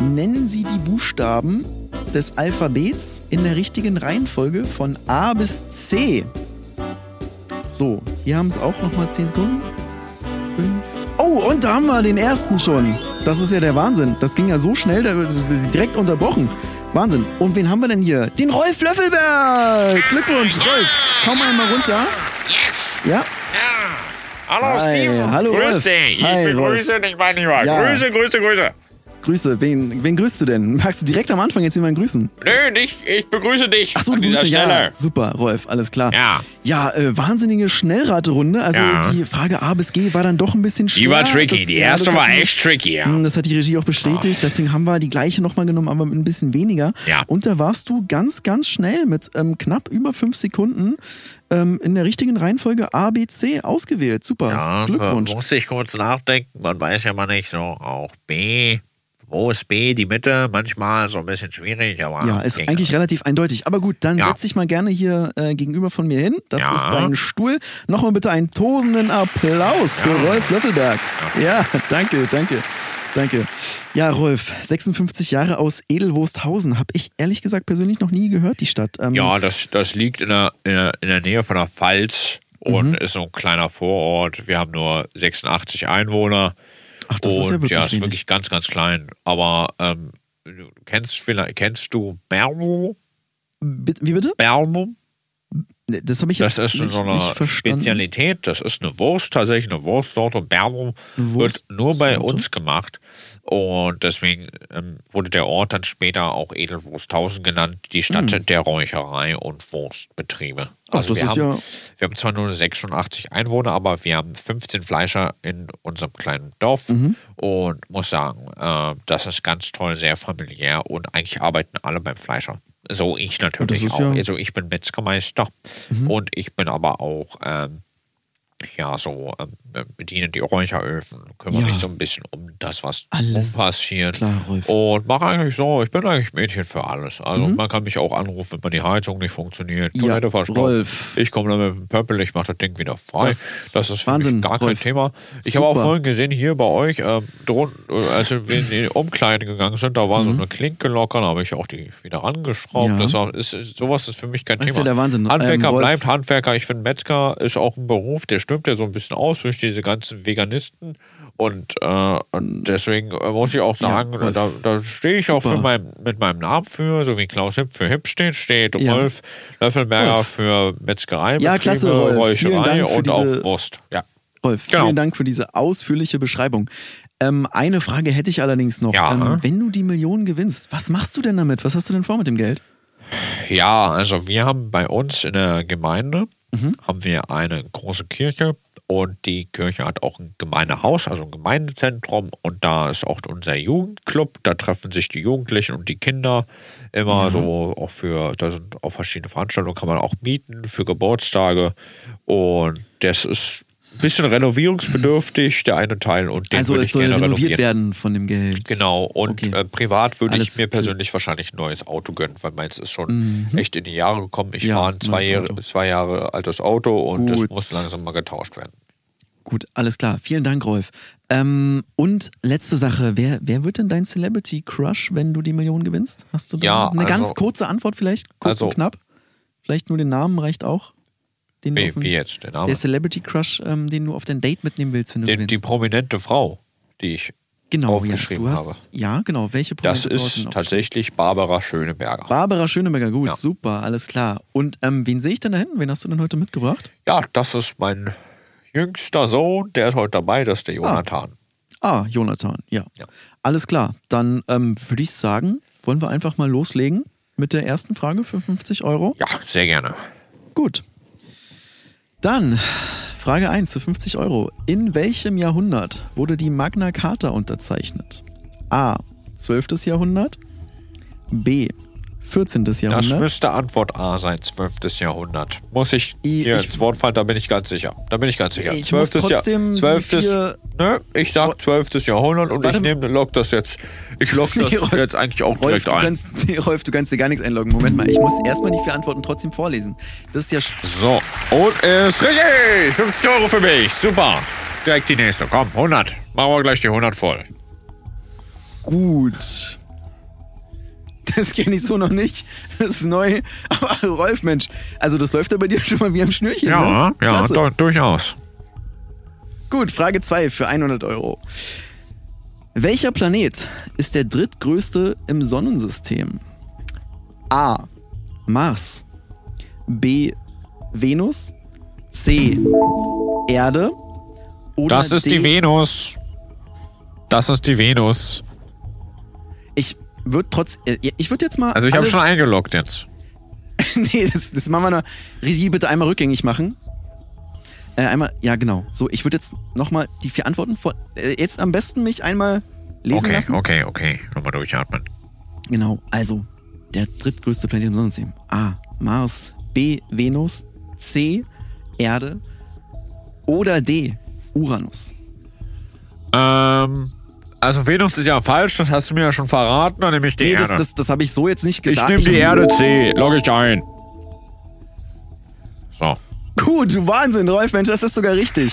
Speaker 2: Nennen Sie die Buchstaben des Alphabets in der richtigen Reihenfolge von A bis C. So, hier haben es auch nochmal 10 Sekunden. Fünf. Oh, und da haben wir den ersten schon. Das ist ja der Wahnsinn. Das ging ja so schnell, da- direkt unterbrochen. Wahnsinn. Und wen haben wir denn hier? Den Rolf Löffelberg. Glückwunsch, Rolf. Komm mal mal runter.
Speaker 9: Yes!
Speaker 2: Ja,
Speaker 9: Ja!
Speaker 3: Hallo
Speaker 2: Hi,
Speaker 3: Steven.
Speaker 2: hallo,
Speaker 3: Grüß
Speaker 2: Rolf.
Speaker 3: dich. Ich
Speaker 2: Hi,
Speaker 3: begrüße dich, mein Lieber.
Speaker 2: Ja.
Speaker 3: Grüße, Grüße, Grüße.
Speaker 2: Grüße. Wen, wen grüßt du denn? Magst du direkt am Anfang jetzt jemanden grüßen?
Speaker 3: Nö, dich, ich begrüße dich
Speaker 2: Ach so,
Speaker 3: an
Speaker 2: du
Speaker 3: dieser
Speaker 2: grüßt mich. Ja,
Speaker 3: Stelle.
Speaker 2: super, Rolf, alles klar.
Speaker 3: Ja.
Speaker 2: Ja, äh, wahnsinnige Schnellraterunde. Also
Speaker 3: Ja.
Speaker 2: die Frage A bis G war dann doch ein bisschen schwer.
Speaker 3: Die war tricky.
Speaker 2: Das-
Speaker 3: die
Speaker 2: ja,
Speaker 3: erste
Speaker 2: das hat
Speaker 3: war
Speaker 2: die-
Speaker 3: echt tricky, ja.
Speaker 2: Mm, Das hat die Regie auch bestätigt, deswegen haben wir die gleiche nochmal genommen, aber mit ein bisschen weniger.
Speaker 3: Ja.
Speaker 2: Und da warst du ganz, ganz schnell mit ähm, knapp über fünf Sekunden ähm, in der richtigen Reihenfolge A, B, C ausgewählt. Super,
Speaker 9: Ja,
Speaker 2: Glückwunsch.
Speaker 9: äh, Muss ich kurz nachdenken, man weiß ja mal nicht so, auch B. Wo ist B? Die Mitte, manchmal so ein bisschen schwierig, aber.
Speaker 2: Ja, ist
Speaker 9: ging.
Speaker 2: eigentlich relativ eindeutig. Aber gut, dann
Speaker 9: Ah, Ja.
Speaker 2: setz dich mal gerne hier äh, gegenüber von mir hin. Das
Speaker 9: Ja.
Speaker 2: ist dein Stuhl. Nochmal bitte einen tosenden Applaus für Rolf Löffelberg. Ja, danke, danke, danke. Ja, Rolf, 56 Jahre aus Edelwursthausen. Habe ich ehrlich gesagt persönlich noch nie gehört, die Stadt. Ähm,
Speaker 9: Ja, das, das liegt in der, in, der, in der Nähe von der Pfalz und
Speaker 2: Mhm.
Speaker 9: ist so ein kleiner Vorort. Wir haben nur 86 Einwohner.
Speaker 2: Ach, das
Speaker 9: und
Speaker 2: ist ja wirklich
Speaker 9: ja, ist
Speaker 2: wenig.
Speaker 9: wirklich ganz, ganz klein. Aber ähm, du kennst vielleicht, kennst du Bermo?
Speaker 2: bi- Wie bitte?
Speaker 9: Bermo?
Speaker 2: Nee, Das habe ich
Speaker 9: Das
Speaker 2: jetzt
Speaker 9: ist
Speaker 2: nicht,
Speaker 9: so
Speaker 2: nicht
Speaker 9: eine
Speaker 2: verstanden.
Speaker 9: Spezialität. Das ist eine Wurst, tatsächlich eine Wurstsorte. Bermo
Speaker 2: Eine
Speaker 9: wird nur bei
Speaker 2: Wurstsorte?
Speaker 9: uns gemacht. Und deswegen ähm, wurde der Ort dann später auch Edelwursthausen genannt, die Stadt der Räucherei und Wurstbetriebe.
Speaker 2: Hm.
Speaker 9: Also
Speaker 2: Ach, das
Speaker 9: wir,
Speaker 2: ist
Speaker 9: haben,
Speaker 2: ja-
Speaker 9: wir haben zwar nur 86 Einwohner, aber wir haben 15 Fleischer in unserem kleinen Dorf
Speaker 2: Mhm.
Speaker 9: und muss sagen, äh, das ist ganz toll, sehr familiär und eigentlich arbeiten alle beim Fleischer. So ich natürlich
Speaker 2: ist
Speaker 9: auch.
Speaker 2: ja- Mhm.
Speaker 9: Also ich bin Metzgermeister und ich bin aber auch ähm, ja, so ähm, bediene die Räucheröfen, kümmere
Speaker 2: Ja.
Speaker 9: mich so ein bisschen um das, was
Speaker 2: Alles
Speaker 9: passiert.
Speaker 2: klar, Rolf. Mhm.
Speaker 9: Und mache eigentlich so, ich bin eigentlich Mädchen für alles. Also man kann mich auch anrufen, wenn mal die Heizung nicht funktioniert,
Speaker 2: Ja,
Speaker 9: Toilette verstopft.
Speaker 2: Rolf.
Speaker 9: Ich komme dann mit dem Pöppel, ich mache das Ding wieder frei.
Speaker 2: Das-
Speaker 9: Das, ist für
Speaker 2: Wahnsinn,
Speaker 9: mich gar
Speaker 2: Rolf.
Speaker 9: kein Thema. Ich habe auch
Speaker 2: Super.
Speaker 9: vorhin gesehen, hier bei euch, ähm, drun, äh, als wir in die Umkleide gegangen sind, da war so eine Klinke locker, da habe ich auch die wieder angeschraubt.
Speaker 2: Mhm. Ja.
Speaker 9: Das ist, auch- ist, ist, sowas ist für mich kein
Speaker 2: Das ist
Speaker 9: Thema.
Speaker 2: ja der Wahnsinn. Ähm,
Speaker 9: Handwerker
Speaker 2: Rolf-
Speaker 9: bleibt Handwerker. Ich finde, Metzger ist auch ein Beruf, der stimmt ja so ein bisschen aus durch diese ganzen Veganisten. Und, äh, und deswegen äh, muss ich auch sagen,
Speaker 2: Mm. Rolf.
Speaker 9: da, da stehe ich auch
Speaker 2: Super.
Speaker 9: für mein, mit meinem Namen für, so wie Klaus Hipp für Hip steht, steht
Speaker 2: Ja.
Speaker 9: Rolf Löffelberger
Speaker 2: Rolf.
Speaker 9: halt für Metzgerei,
Speaker 2: Ja,
Speaker 9: Betriebe,
Speaker 2: klasse, Rolf. Vielen
Speaker 9: Räucherei
Speaker 2: Dank für
Speaker 9: und auch
Speaker 2: diese-
Speaker 9: Wurst. Ja.
Speaker 2: Rolf,
Speaker 9: Genau.
Speaker 2: vielen Dank für diese ausführliche Beschreibung. Ähm, eine Frage hätte ich allerdings noch.
Speaker 9: Ja.
Speaker 2: Ähm, wenn du die Millionen gewinnst, was machst du denn damit? Was hast du denn vor mit dem Geld?
Speaker 9: Ja, also wir haben bei uns in der Gemeinde
Speaker 2: Mhm.
Speaker 9: haben wir eine große Kirche und die Kirche hat auch ein Gemeindehaus, also ein Gemeindezentrum und da ist auch unser Jugendclub. Da treffen sich die Jugendlichen und die Kinder immer so auch für, da sind auch verschiedene Veranstaltungen, kann man auch mieten für Geburtstage und das ist ein bisschen renovierungsbedürftig, der eine Teil und den
Speaker 2: also
Speaker 9: würde
Speaker 2: es
Speaker 9: ich
Speaker 2: soll
Speaker 9: gerne
Speaker 2: renoviert
Speaker 9: renovieren.
Speaker 2: werden von dem Geld.
Speaker 9: Genau, und
Speaker 2: Okay.
Speaker 9: äh, privat würde
Speaker 2: Alles
Speaker 9: ich mir
Speaker 2: klar.
Speaker 9: persönlich wahrscheinlich ein neues Auto gönnen, weil meins ist schon echt in die Jahre gekommen. Ich
Speaker 2: Ja,
Speaker 9: fahre ein zwei
Speaker 2: neues
Speaker 9: Jahre,
Speaker 2: Auto.
Speaker 9: zwei Jahre altes Auto und
Speaker 2: Gut.
Speaker 9: das muss langsam mal getauscht werden.
Speaker 2: Gut, alles klar. Vielen Dank, Rolf. Ähm, und letzte Sache, wer, wer wird denn dein Celebrity Crush, wenn du die Millionen gewinnst? Hast du da
Speaker 9: Ja,
Speaker 2: eine ganz
Speaker 9: also-
Speaker 2: kurze Antwort vielleicht? Kurz und
Speaker 9: also-
Speaker 2: knapp? Vielleicht nur den Namen reicht auch? Den du
Speaker 9: Wie,
Speaker 2: auf den-
Speaker 9: wie jetzt, der Name?
Speaker 2: Der Celebrity Crush, ähm, den du auf dein Date mitnehmen willst, wenn du
Speaker 9: Den,
Speaker 2: gewinnst.
Speaker 9: die prominente Frau, die ich
Speaker 2: Genau,
Speaker 9: aufgeschrieben
Speaker 2: ja, du
Speaker 9: habe.
Speaker 2: hast, Ja, genau. Welche
Speaker 9: Das
Speaker 2: Projekte du hast denn
Speaker 9: ist
Speaker 2: auf-
Speaker 9: tatsächlich Barbara Schöneberger.
Speaker 2: Barbara Schöneberger, gut,
Speaker 9: Ja.
Speaker 2: super, alles klar. Und ähm, wen sehe ich denn da hinten? Wen hast du denn heute mitgebracht?
Speaker 9: Ja, das ist mein jüngster Sohn, der ist heute dabei, das ist der Jonathan.
Speaker 2: Ah, Jonathan, ja.
Speaker 9: Ja.
Speaker 2: Alles klar, dann ähm, würde ich sagen, wollen wir einfach mal loslegen mit der ersten Frage für 50 Euro?
Speaker 9: Ja, sehr gerne.
Speaker 2: Gut. Dann Frage 1 für 50 Euro. In welchem Jahrhundert wurde die Magna Carta unterzeichnet? A. 12. Jahrhundert. B. 14.
Speaker 9: Das
Speaker 2: Jahrhundert.
Speaker 9: müsste Antwort A sein, 12. Jahrhundert. Muss ich
Speaker 2: I-
Speaker 9: dir
Speaker 2: ich-
Speaker 9: ins Wort fallen, da bin ich ganz sicher. Da bin ich ganz sicher.
Speaker 2: Ich muss trotzdem die
Speaker 9: 12.
Speaker 2: vier-
Speaker 9: Nö, Ne? ich sag 12. Jahrhundert und
Speaker 2: Warte
Speaker 9: ich nehme, lock das jetzt. Ich lock das
Speaker 2: Nee, Rolf-
Speaker 9: jetzt eigentlich auch
Speaker 2: Rolf
Speaker 9: direkt
Speaker 2: du,
Speaker 9: ein.
Speaker 2: kannst, nee, Rolf, du kannst dir gar nichts einloggen. Moment mal, ich muss erstmal die vier Antworten trotzdem vorlesen. Das ist ja. sch-
Speaker 9: So, und ist richtig. 50 Euro für mich. Super. Direkt die nächste. Komm, 100. Machen wir gleich die 100 voll.
Speaker 2: Gut. Das kenne ich so noch nicht. Das ist neu. Aber Rolf, Mensch, also das läuft ja bei dir schon mal wie am Schnürchen.
Speaker 9: Ja,
Speaker 2: ne?
Speaker 9: ja,
Speaker 2: Klasse.
Speaker 9: du- durchaus.
Speaker 2: Gut, Frage 2 für 100 Euro. Welcher Planet ist der drittgrößte im Sonnensystem? A. Mars. B. Venus. C. Erde. Oder
Speaker 9: Das ist
Speaker 2: D.
Speaker 9: die Venus. Das ist die Venus.
Speaker 2: Ich würde trotz. äh, Ich würde jetzt mal.
Speaker 9: Also ich habe
Speaker 2: alle-
Speaker 9: schon eingeloggt jetzt.
Speaker 2: nee, das, das machen wir noch. Regie, bitte einmal rückgängig machen. Äh, einmal, ja genau. So, ich würde jetzt nochmal die vier Antworten vor. Äh, jetzt am besten mich einmal lesen
Speaker 9: Okay,
Speaker 2: lassen.
Speaker 9: okay, okay. Nochmal durchatmen.
Speaker 2: Genau, also der drittgrößte Planet im Sonnensystem. A. Mars. B. Venus. C. Erde. Oder D. Uranus.
Speaker 9: Ähm, also Venus ist ja falsch, das hast du mir ja schon verraten, dann nehme ich die
Speaker 2: nee, das,
Speaker 9: Erde.
Speaker 2: das, das habe ich so jetzt nicht
Speaker 9: ich
Speaker 2: gesagt.
Speaker 9: nehme die Erde C, logge ich ein. So.
Speaker 2: Gut, Wahnsinn, Rolf, Mensch, das ist sogar richtig.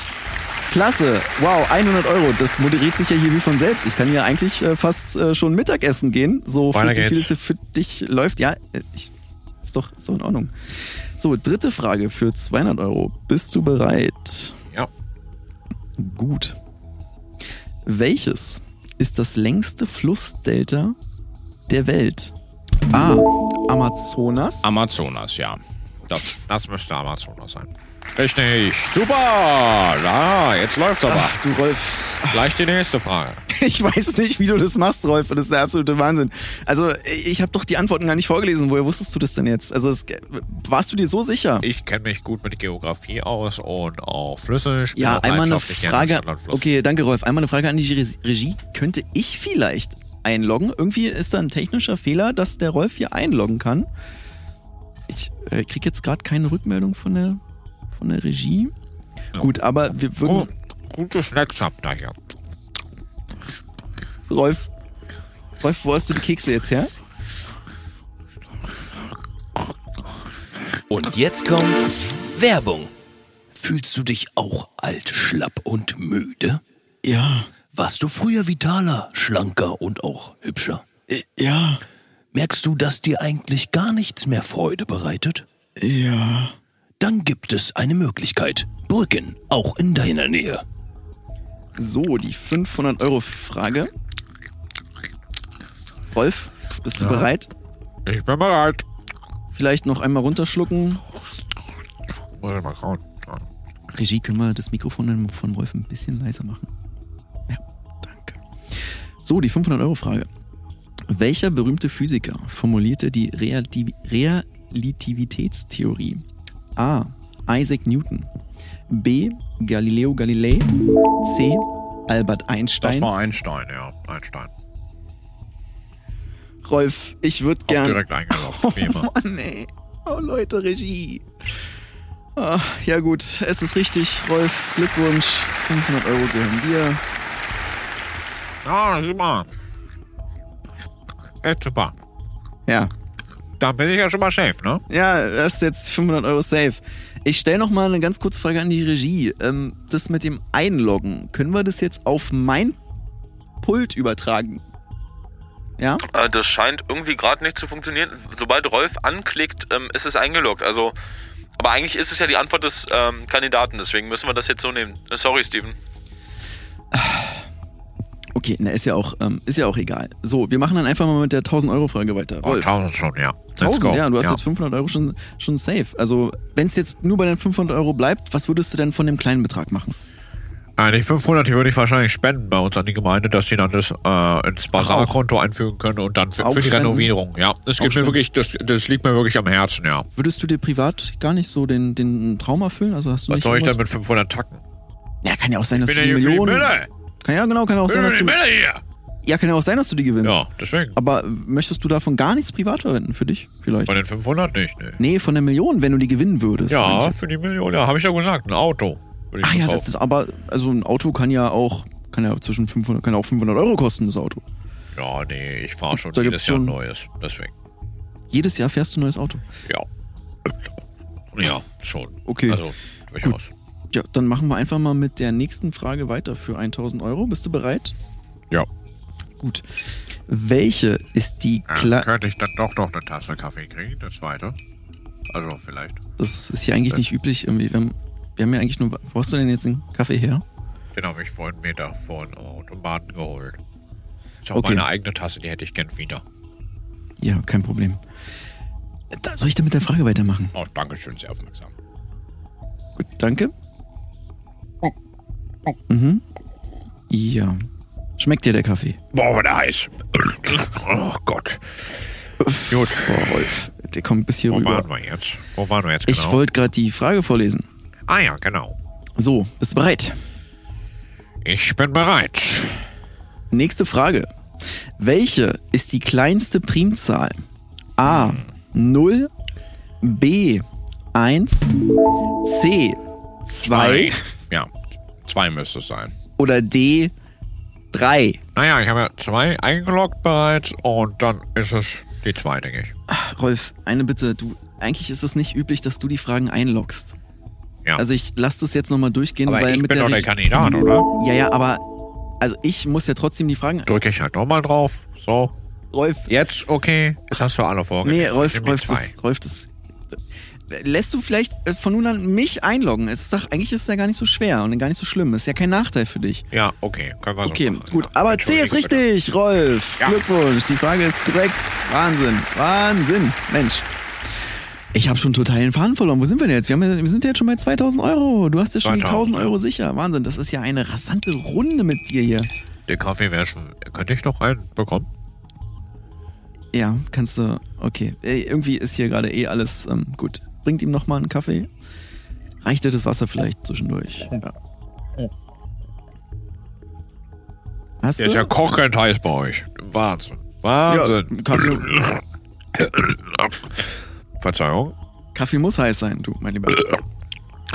Speaker 2: Klasse, wow, 100 Euro, das moderiert sich ja hier wie von selbst. Ich kann ja eigentlich äh, fast äh, schon Mittagessen gehen, so
Speaker 9: Weiter
Speaker 2: flüssig, wie
Speaker 9: geht's.
Speaker 2: das hier für dich läuft. Ja, äh, ich, ist doch so in Ordnung. So, dritte Frage für 200 Euro. Bist du bereit?
Speaker 9: Ja.
Speaker 2: Gut. Welches ist das längste Flussdelta der Welt? A. Amazonas.
Speaker 9: Amazonas, ja. Das, das müsste Amazonas sein. Richtig. Super. Na, jetzt läuft's aber.
Speaker 2: Ach, du Rolf,
Speaker 9: Gleich die nächste Frage.
Speaker 2: Ich weiß nicht, wie du das machst, Rolf. Das ist der absolute Wahnsinn. Also, ich habe doch die Antworten gar nicht vorgelesen. Woher wusstest du das denn jetzt? Also, es, warst du dir so sicher?
Speaker 9: Ich kenne mich gut mit Geografie aus und auch Flüsse. Ich bin
Speaker 2: ja,
Speaker 9: auch
Speaker 2: einmal eine
Speaker 9: leidenschaftlich gerne im
Speaker 2: Frage.
Speaker 9: Stadtlandfluss.
Speaker 2: Okay, danke, Rolf. Einmal eine Frage an die Re- Regie. Könnte ich vielleicht einloggen? Irgendwie ist da ein technischer Fehler, dass der Rolf hier einloggen kann. Ich äh, kriege jetzt gerade keine Rückmeldung von der, von der Regie. Gut, aber wir würden.
Speaker 9: Gut, gute Snacks habt ihr hier. Oh.
Speaker 2: Rolf, Rolf, wo hast du die Kekse jetzt her?
Speaker 6: Und jetzt kommt Werbung. Fühlst du dich auch alt, schlapp und müde?
Speaker 2: Ja,
Speaker 6: Warst du früher vitaler, schlanker und auch hübscher?
Speaker 2: äh, ja,
Speaker 6: Merkst du, dass dir eigentlich gar nichts mehr Freude bereitet?
Speaker 2: ja.
Speaker 6: Dann gibt es eine Möglichkeit. Brücken, auch in deiner Nähe.
Speaker 2: So, die 500-Euro-Frage. Rolf, bist du bereit?
Speaker 9: Ich bin bereit.
Speaker 2: Vielleicht noch einmal runterschlucken.
Speaker 9: Muss ich mal schauen.
Speaker 2: Regie, können wir das Mikrofon denn von Rolf ein bisschen leiser machen? Ja, danke. So, die 500-Euro-Frage. Welcher berühmte Physiker formulierte die Relati- Relativitätstheorie? A. Isaac Newton. B. Galileo Galilei. C. Albert Einstein.
Speaker 9: Das war Einstein, ja. Einstein.
Speaker 2: Rolf, ich würde
Speaker 9: Auch
Speaker 2: gern.
Speaker 9: direkt eingeloggt, wie immer.
Speaker 2: Mann, ey. Oh, Leute, Regie. Ah, ja, gut, es ist richtig. Rolf, Glückwunsch. 500 Euro gehören dir.
Speaker 9: Ja, super. Echt super.
Speaker 2: Ja.
Speaker 9: Dann bin ich ja schon mal Chef, ne?
Speaker 2: Ja, das ist jetzt 500 Euro safe. Ich stelle noch mal eine ganz kurze Frage an die Regie. Ähm, das mit dem Einloggen, können wir das jetzt auf mein Pult übertragen? Ja?
Speaker 7: Äh, Das scheint irgendwie gerade nicht zu funktionieren. Sobald Rolf anklickt, ähm, ist es eingeloggt. Also, aber eigentlich ist es ja die Antwort des ähm, Kandidaten. Deswegen müssen wir das jetzt so nehmen. Äh, sorry, Steven.
Speaker 2: Okay, na, ist ja auch, ähm, ist ja auch egal. So, wir machen dann einfach mal mit der 1000-Euro-Frage weiter.
Speaker 9: Oh, 1000 schon, ja. Let's
Speaker 2: 1000,
Speaker 9: go.
Speaker 2: ja, du hast jetzt 500 Euro schon, schon safe. Also, wenn es jetzt nur bei den 500 Euro bleibt, was würdest du denn von dem kleinen Betrag machen?
Speaker 9: Äh, die 500, die würde ich wahrscheinlich spenden bei uns an die Gemeinde, dass die dann das äh, ins Basarkonto einfügen können und dann für,
Speaker 2: Auch
Speaker 9: für die
Speaker 2: spenden?
Speaker 9: Renovierung. Ja, das,
Speaker 2: Auch
Speaker 9: gibt mir
Speaker 2: spenden?
Speaker 9: wirklich, das, das liegt mir wirklich am Herzen, ja.
Speaker 2: Würdest du dir privat gar nicht so den, den Traum erfüllen? Also hast du
Speaker 9: Was
Speaker 2: nicht
Speaker 9: soll ich denn
Speaker 2: irgendwas-
Speaker 9: mit 500 tacken?
Speaker 2: Ja, kann ja auch sein, dass
Speaker 9: Bin
Speaker 2: du
Speaker 9: ja
Speaker 2: die
Speaker 9: hier für die
Speaker 2: Millionen.
Speaker 9: Männer.
Speaker 2: Kann ja genau, kann ja auch sein,
Speaker 9: Bin
Speaker 2: dass
Speaker 9: für
Speaker 2: du.
Speaker 9: die Männer hier.
Speaker 2: Ja, kann ja auch sein, dass du die gewinnst.
Speaker 9: Ja, deswegen.
Speaker 2: Aber äh, möchtest du davon gar nichts privat verwenden für dich? Vielleicht.
Speaker 9: Bei den 500 nicht, ne.
Speaker 2: Nee, von der Million, wenn du die gewinnen würdest. meine
Speaker 9: Ja,
Speaker 2: ich jetzt.
Speaker 9: für die Million, ja, habe ich ja gesagt, ein Auto. Würde ich
Speaker 2: Ach ja,
Speaker 9: mir
Speaker 2: das ist aber, also ein Auto kann ja auch, kann ja zwischen 500, kann auch 500 Euro kosten, das Auto.
Speaker 9: kaufen. Ja, nee, ich fahre schon
Speaker 2: Da
Speaker 9: jedes
Speaker 2: gibt's
Speaker 9: Jahr
Speaker 2: schon-
Speaker 9: ein neues. Deswegen,
Speaker 2: Jedes Jahr fährst du ein neues Auto.
Speaker 9: ja. Ja, schon.
Speaker 2: Okay.
Speaker 9: Also, durchaus.
Speaker 2: Ja, dann machen wir einfach mal mit der nächsten Frage weiter für 1000 Euro. Bist du bereit?
Speaker 9: Ja.
Speaker 2: Gut. Welche ist die
Speaker 9: Ja,
Speaker 2: klar.
Speaker 9: könnte ich dann doch noch eine Tasse Kaffee kriegen, das zweite. Also, vielleicht.
Speaker 2: Das ist hier eigentlich nicht üblich irgendwie. Wir haben, wir haben ja eigentlich nur. Wo hast du denn jetzt den Kaffee her?
Speaker 9: Den habe ich vorhin mir da vorhin am Automaten geholt. Ist auch
Speaker 2: Okay.
Speaker 9: meine eigene Tasse, die hätte ich gern wieder.
Speaker 2: Ja, kein Problem. Da, soll ich dann mit der Frage weitermachen?
Speaker 9: Oh, danke schön, sehr aufmerksam.
Speaker 2: Gut, danke. Mhm. Ja. Schmeckt dir der Kaffee?
Speaker 9: Boah, war der heiß. oh Gott. Gut,
Speaker 2: Boah, Rolf, der kommt bis hier
Speaker 9: wo
Speaker 2: rüber.
Speaker 9: waren wir jetzt? Wo waren wir jetzt
Speaker 2: Ich
Speaker 9: Oh, genau?
Speaker 2: wollte gerade die Frage vorlesen.
Speaker 9: ah ja, genau.
Speaker 2: So, bist du bereit?
Speaker 9: Ich bin bereit.
Speaker 2: Nächste Frage. Welche ist die kleinste Primzahl? A. 0, B. 1, C. 2
Speaker 9: Ja, zwei müsste es sein.
Speaker 2: oder D. 3.
Speaker 9: Naja, ich habe ja zwei eingeloggt bereits und dann ist es die zwei, denke ich.
Speaker 2: Rolf, eine Bitte. Du, eigentlich ist es nicht üblich, dass du die Fragen einloggst.
Speaker 9: Ja.
Speaker 2: Also ich lasse das jetzt nochmal durchgehen,
Speaker 9: Aber
Speaker 2: weil
Speaker 9: ich
Speaker 2: mit
Speaker 9: bin
Speaker 2: der
Speaker 9: doch der
Speaker 2: Richt-
Speaker 9: Kandidat, oder?
Speaker 2: Ja, ja, aber also ich muss ja trotzdem die Fragen.
Speaker 9: Drücke ich halt nochmal drauf. So,
Speaker 2: Rolf,
Speaker 9: jetzt okay. Jetzt hast du alle vorgelegt.
Speaker 2: nee, Rolf,
Speaker 9: Nimm die
Speaker 2: Rolf,
Speaker 9: zwei.
Speaker 2: das, Rolf, das. Lässt du vielleicht äh, von nun an mich einloggen? Es ist doch, eigentlich ist es ja gar nicht so schwer und gar nicht so schlimm. Es ist ja kein Nachteil für dich.
Speaker 9: Ja, okay. Können wir so
Speaker 2: Okay,
Speaker 9: machen,
Speaker 2: gut.
Speaker 9: Also, ja.
Speaker 2: Aber C ist
Speaker 9: Entschuldige bitte.
Speaker 2: richtig, Rolf.
Speaker 9: Ja.
Speaker 2: Glückwunsch. Die Frage ist korrekt. Wahnsinn. Wahnsinn. Mensch. Ich habe schon total den Faden verloren. Wo sind wir denn jetzt? Wir, haben, ja- wir sind ja jetzt schon bei 2000 Euro. Du hast ja schon die
Speaker 9: 2000
Speaker 2: 1000 Euro sicher. Wahnsinn. Das ist ja eine rasante Runde mit dir hier.
Speaker 9: Den Kaffee wäre schon. Könnte ich noch einen bekommen?
Speaker 2: Ja, kannst du. Okay. Ey, irgendwie ist hier gerade eh alles ähm, gut. Bringt ihm nochmal einen Kaffee. Reicht dir das Wasser vielleicht zwischendurch? Ja. Hast
Speaker 9: Der ist ja
Speaker 2: du?
Speaker 9: kochend heiß bei euch. Wahnsinn. Wahnsinn.
Speaker 2: Kaffee,
Speaker 9: Verzeihung.
Speaker 2: Kaffee muss heiß sein, du, mein Lieber.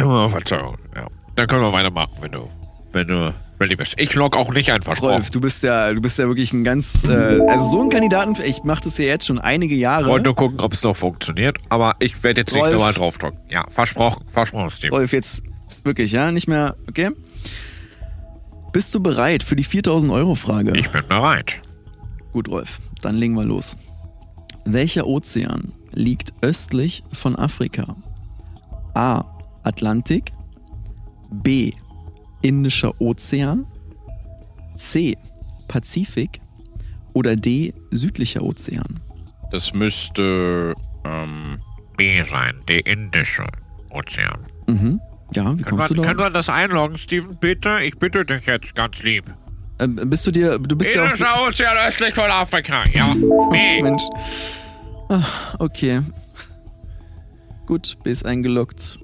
Speaker 9: Oh, Verzeihung. Ja. Dann können wir weitermachen, wenn du. Wenn du ready bist. Ich log auch nicht ein, versprochen.
Speaker 2: Rolf, du bist ja, du bist ja wirklich ein ganz, äh, also so ein Kandidaten. Ich mache das ja jetzt schon einige Jahre.
Speaker 9: Wollte nur gucken, ob es noch funktioniert, aber ich werde jetzt nicht
Speaker 2: Rolf.
Speaker 9: nochmal draufdrücken. Ja, versprochen, versprochen, Steve.
Speaker 2: Rolf, jetzt wirklich, ja, nicht mehr. Okay. Bist du bereit für die 4000 Euro Frage?
Speaker 9: Ich bin bereit.
Speaker 2: Gut, Rolf, dann legen wir los. Welcher Ozean liegt östlich von Afrika? A. Atlantik. B. Indischer Ozean. C. Pazifik. Oder D. Südlicher Ozean.
Speaker 4: Das müsste. Ähm,
Speaker 9: B sein, der indische Ozean.
Speaker 2: Mhm. Ja, wie
Speaker 9: Können
Speaker 2: kommst du
Speaker 9: wir,
Speaker 2: da?
Speaker 9: können wir das einloggen, Steven, bitte? Ich bitte dich jetzt ganz lieb.
Speaker 2: Ähm, bist du dir, du bist ja auch.
Speaker 9: Indischer Ozean östlich von Afrika, ja. B.
Speaker 2: Mensch. Ah, okay. Gut, B ist eingeloggt.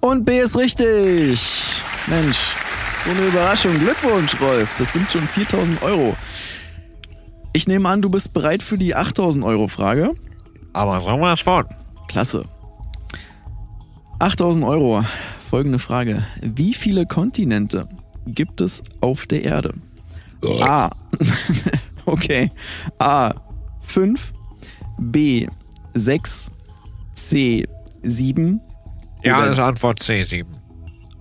Speaker 2: Und B ist richtig. Mensch, so eine Überraschung. Glückwunsch, Rolf. Das sind schon 4000 Euro. Ich nehme an, du bist bereit für die 8000 Euro Frage.
Speaker 9: Aber sagen wir es von.
Speaker 2: Klasse. 8000 Euro. Folgende Frage. Wie viele Kontinente gibt es auf der Erde? A. okay. A. 5. B. 6. C. 7.
Speaker 9: Ja,
Speaker 2: Oder-
Speaker 9: das ist Antwort C7.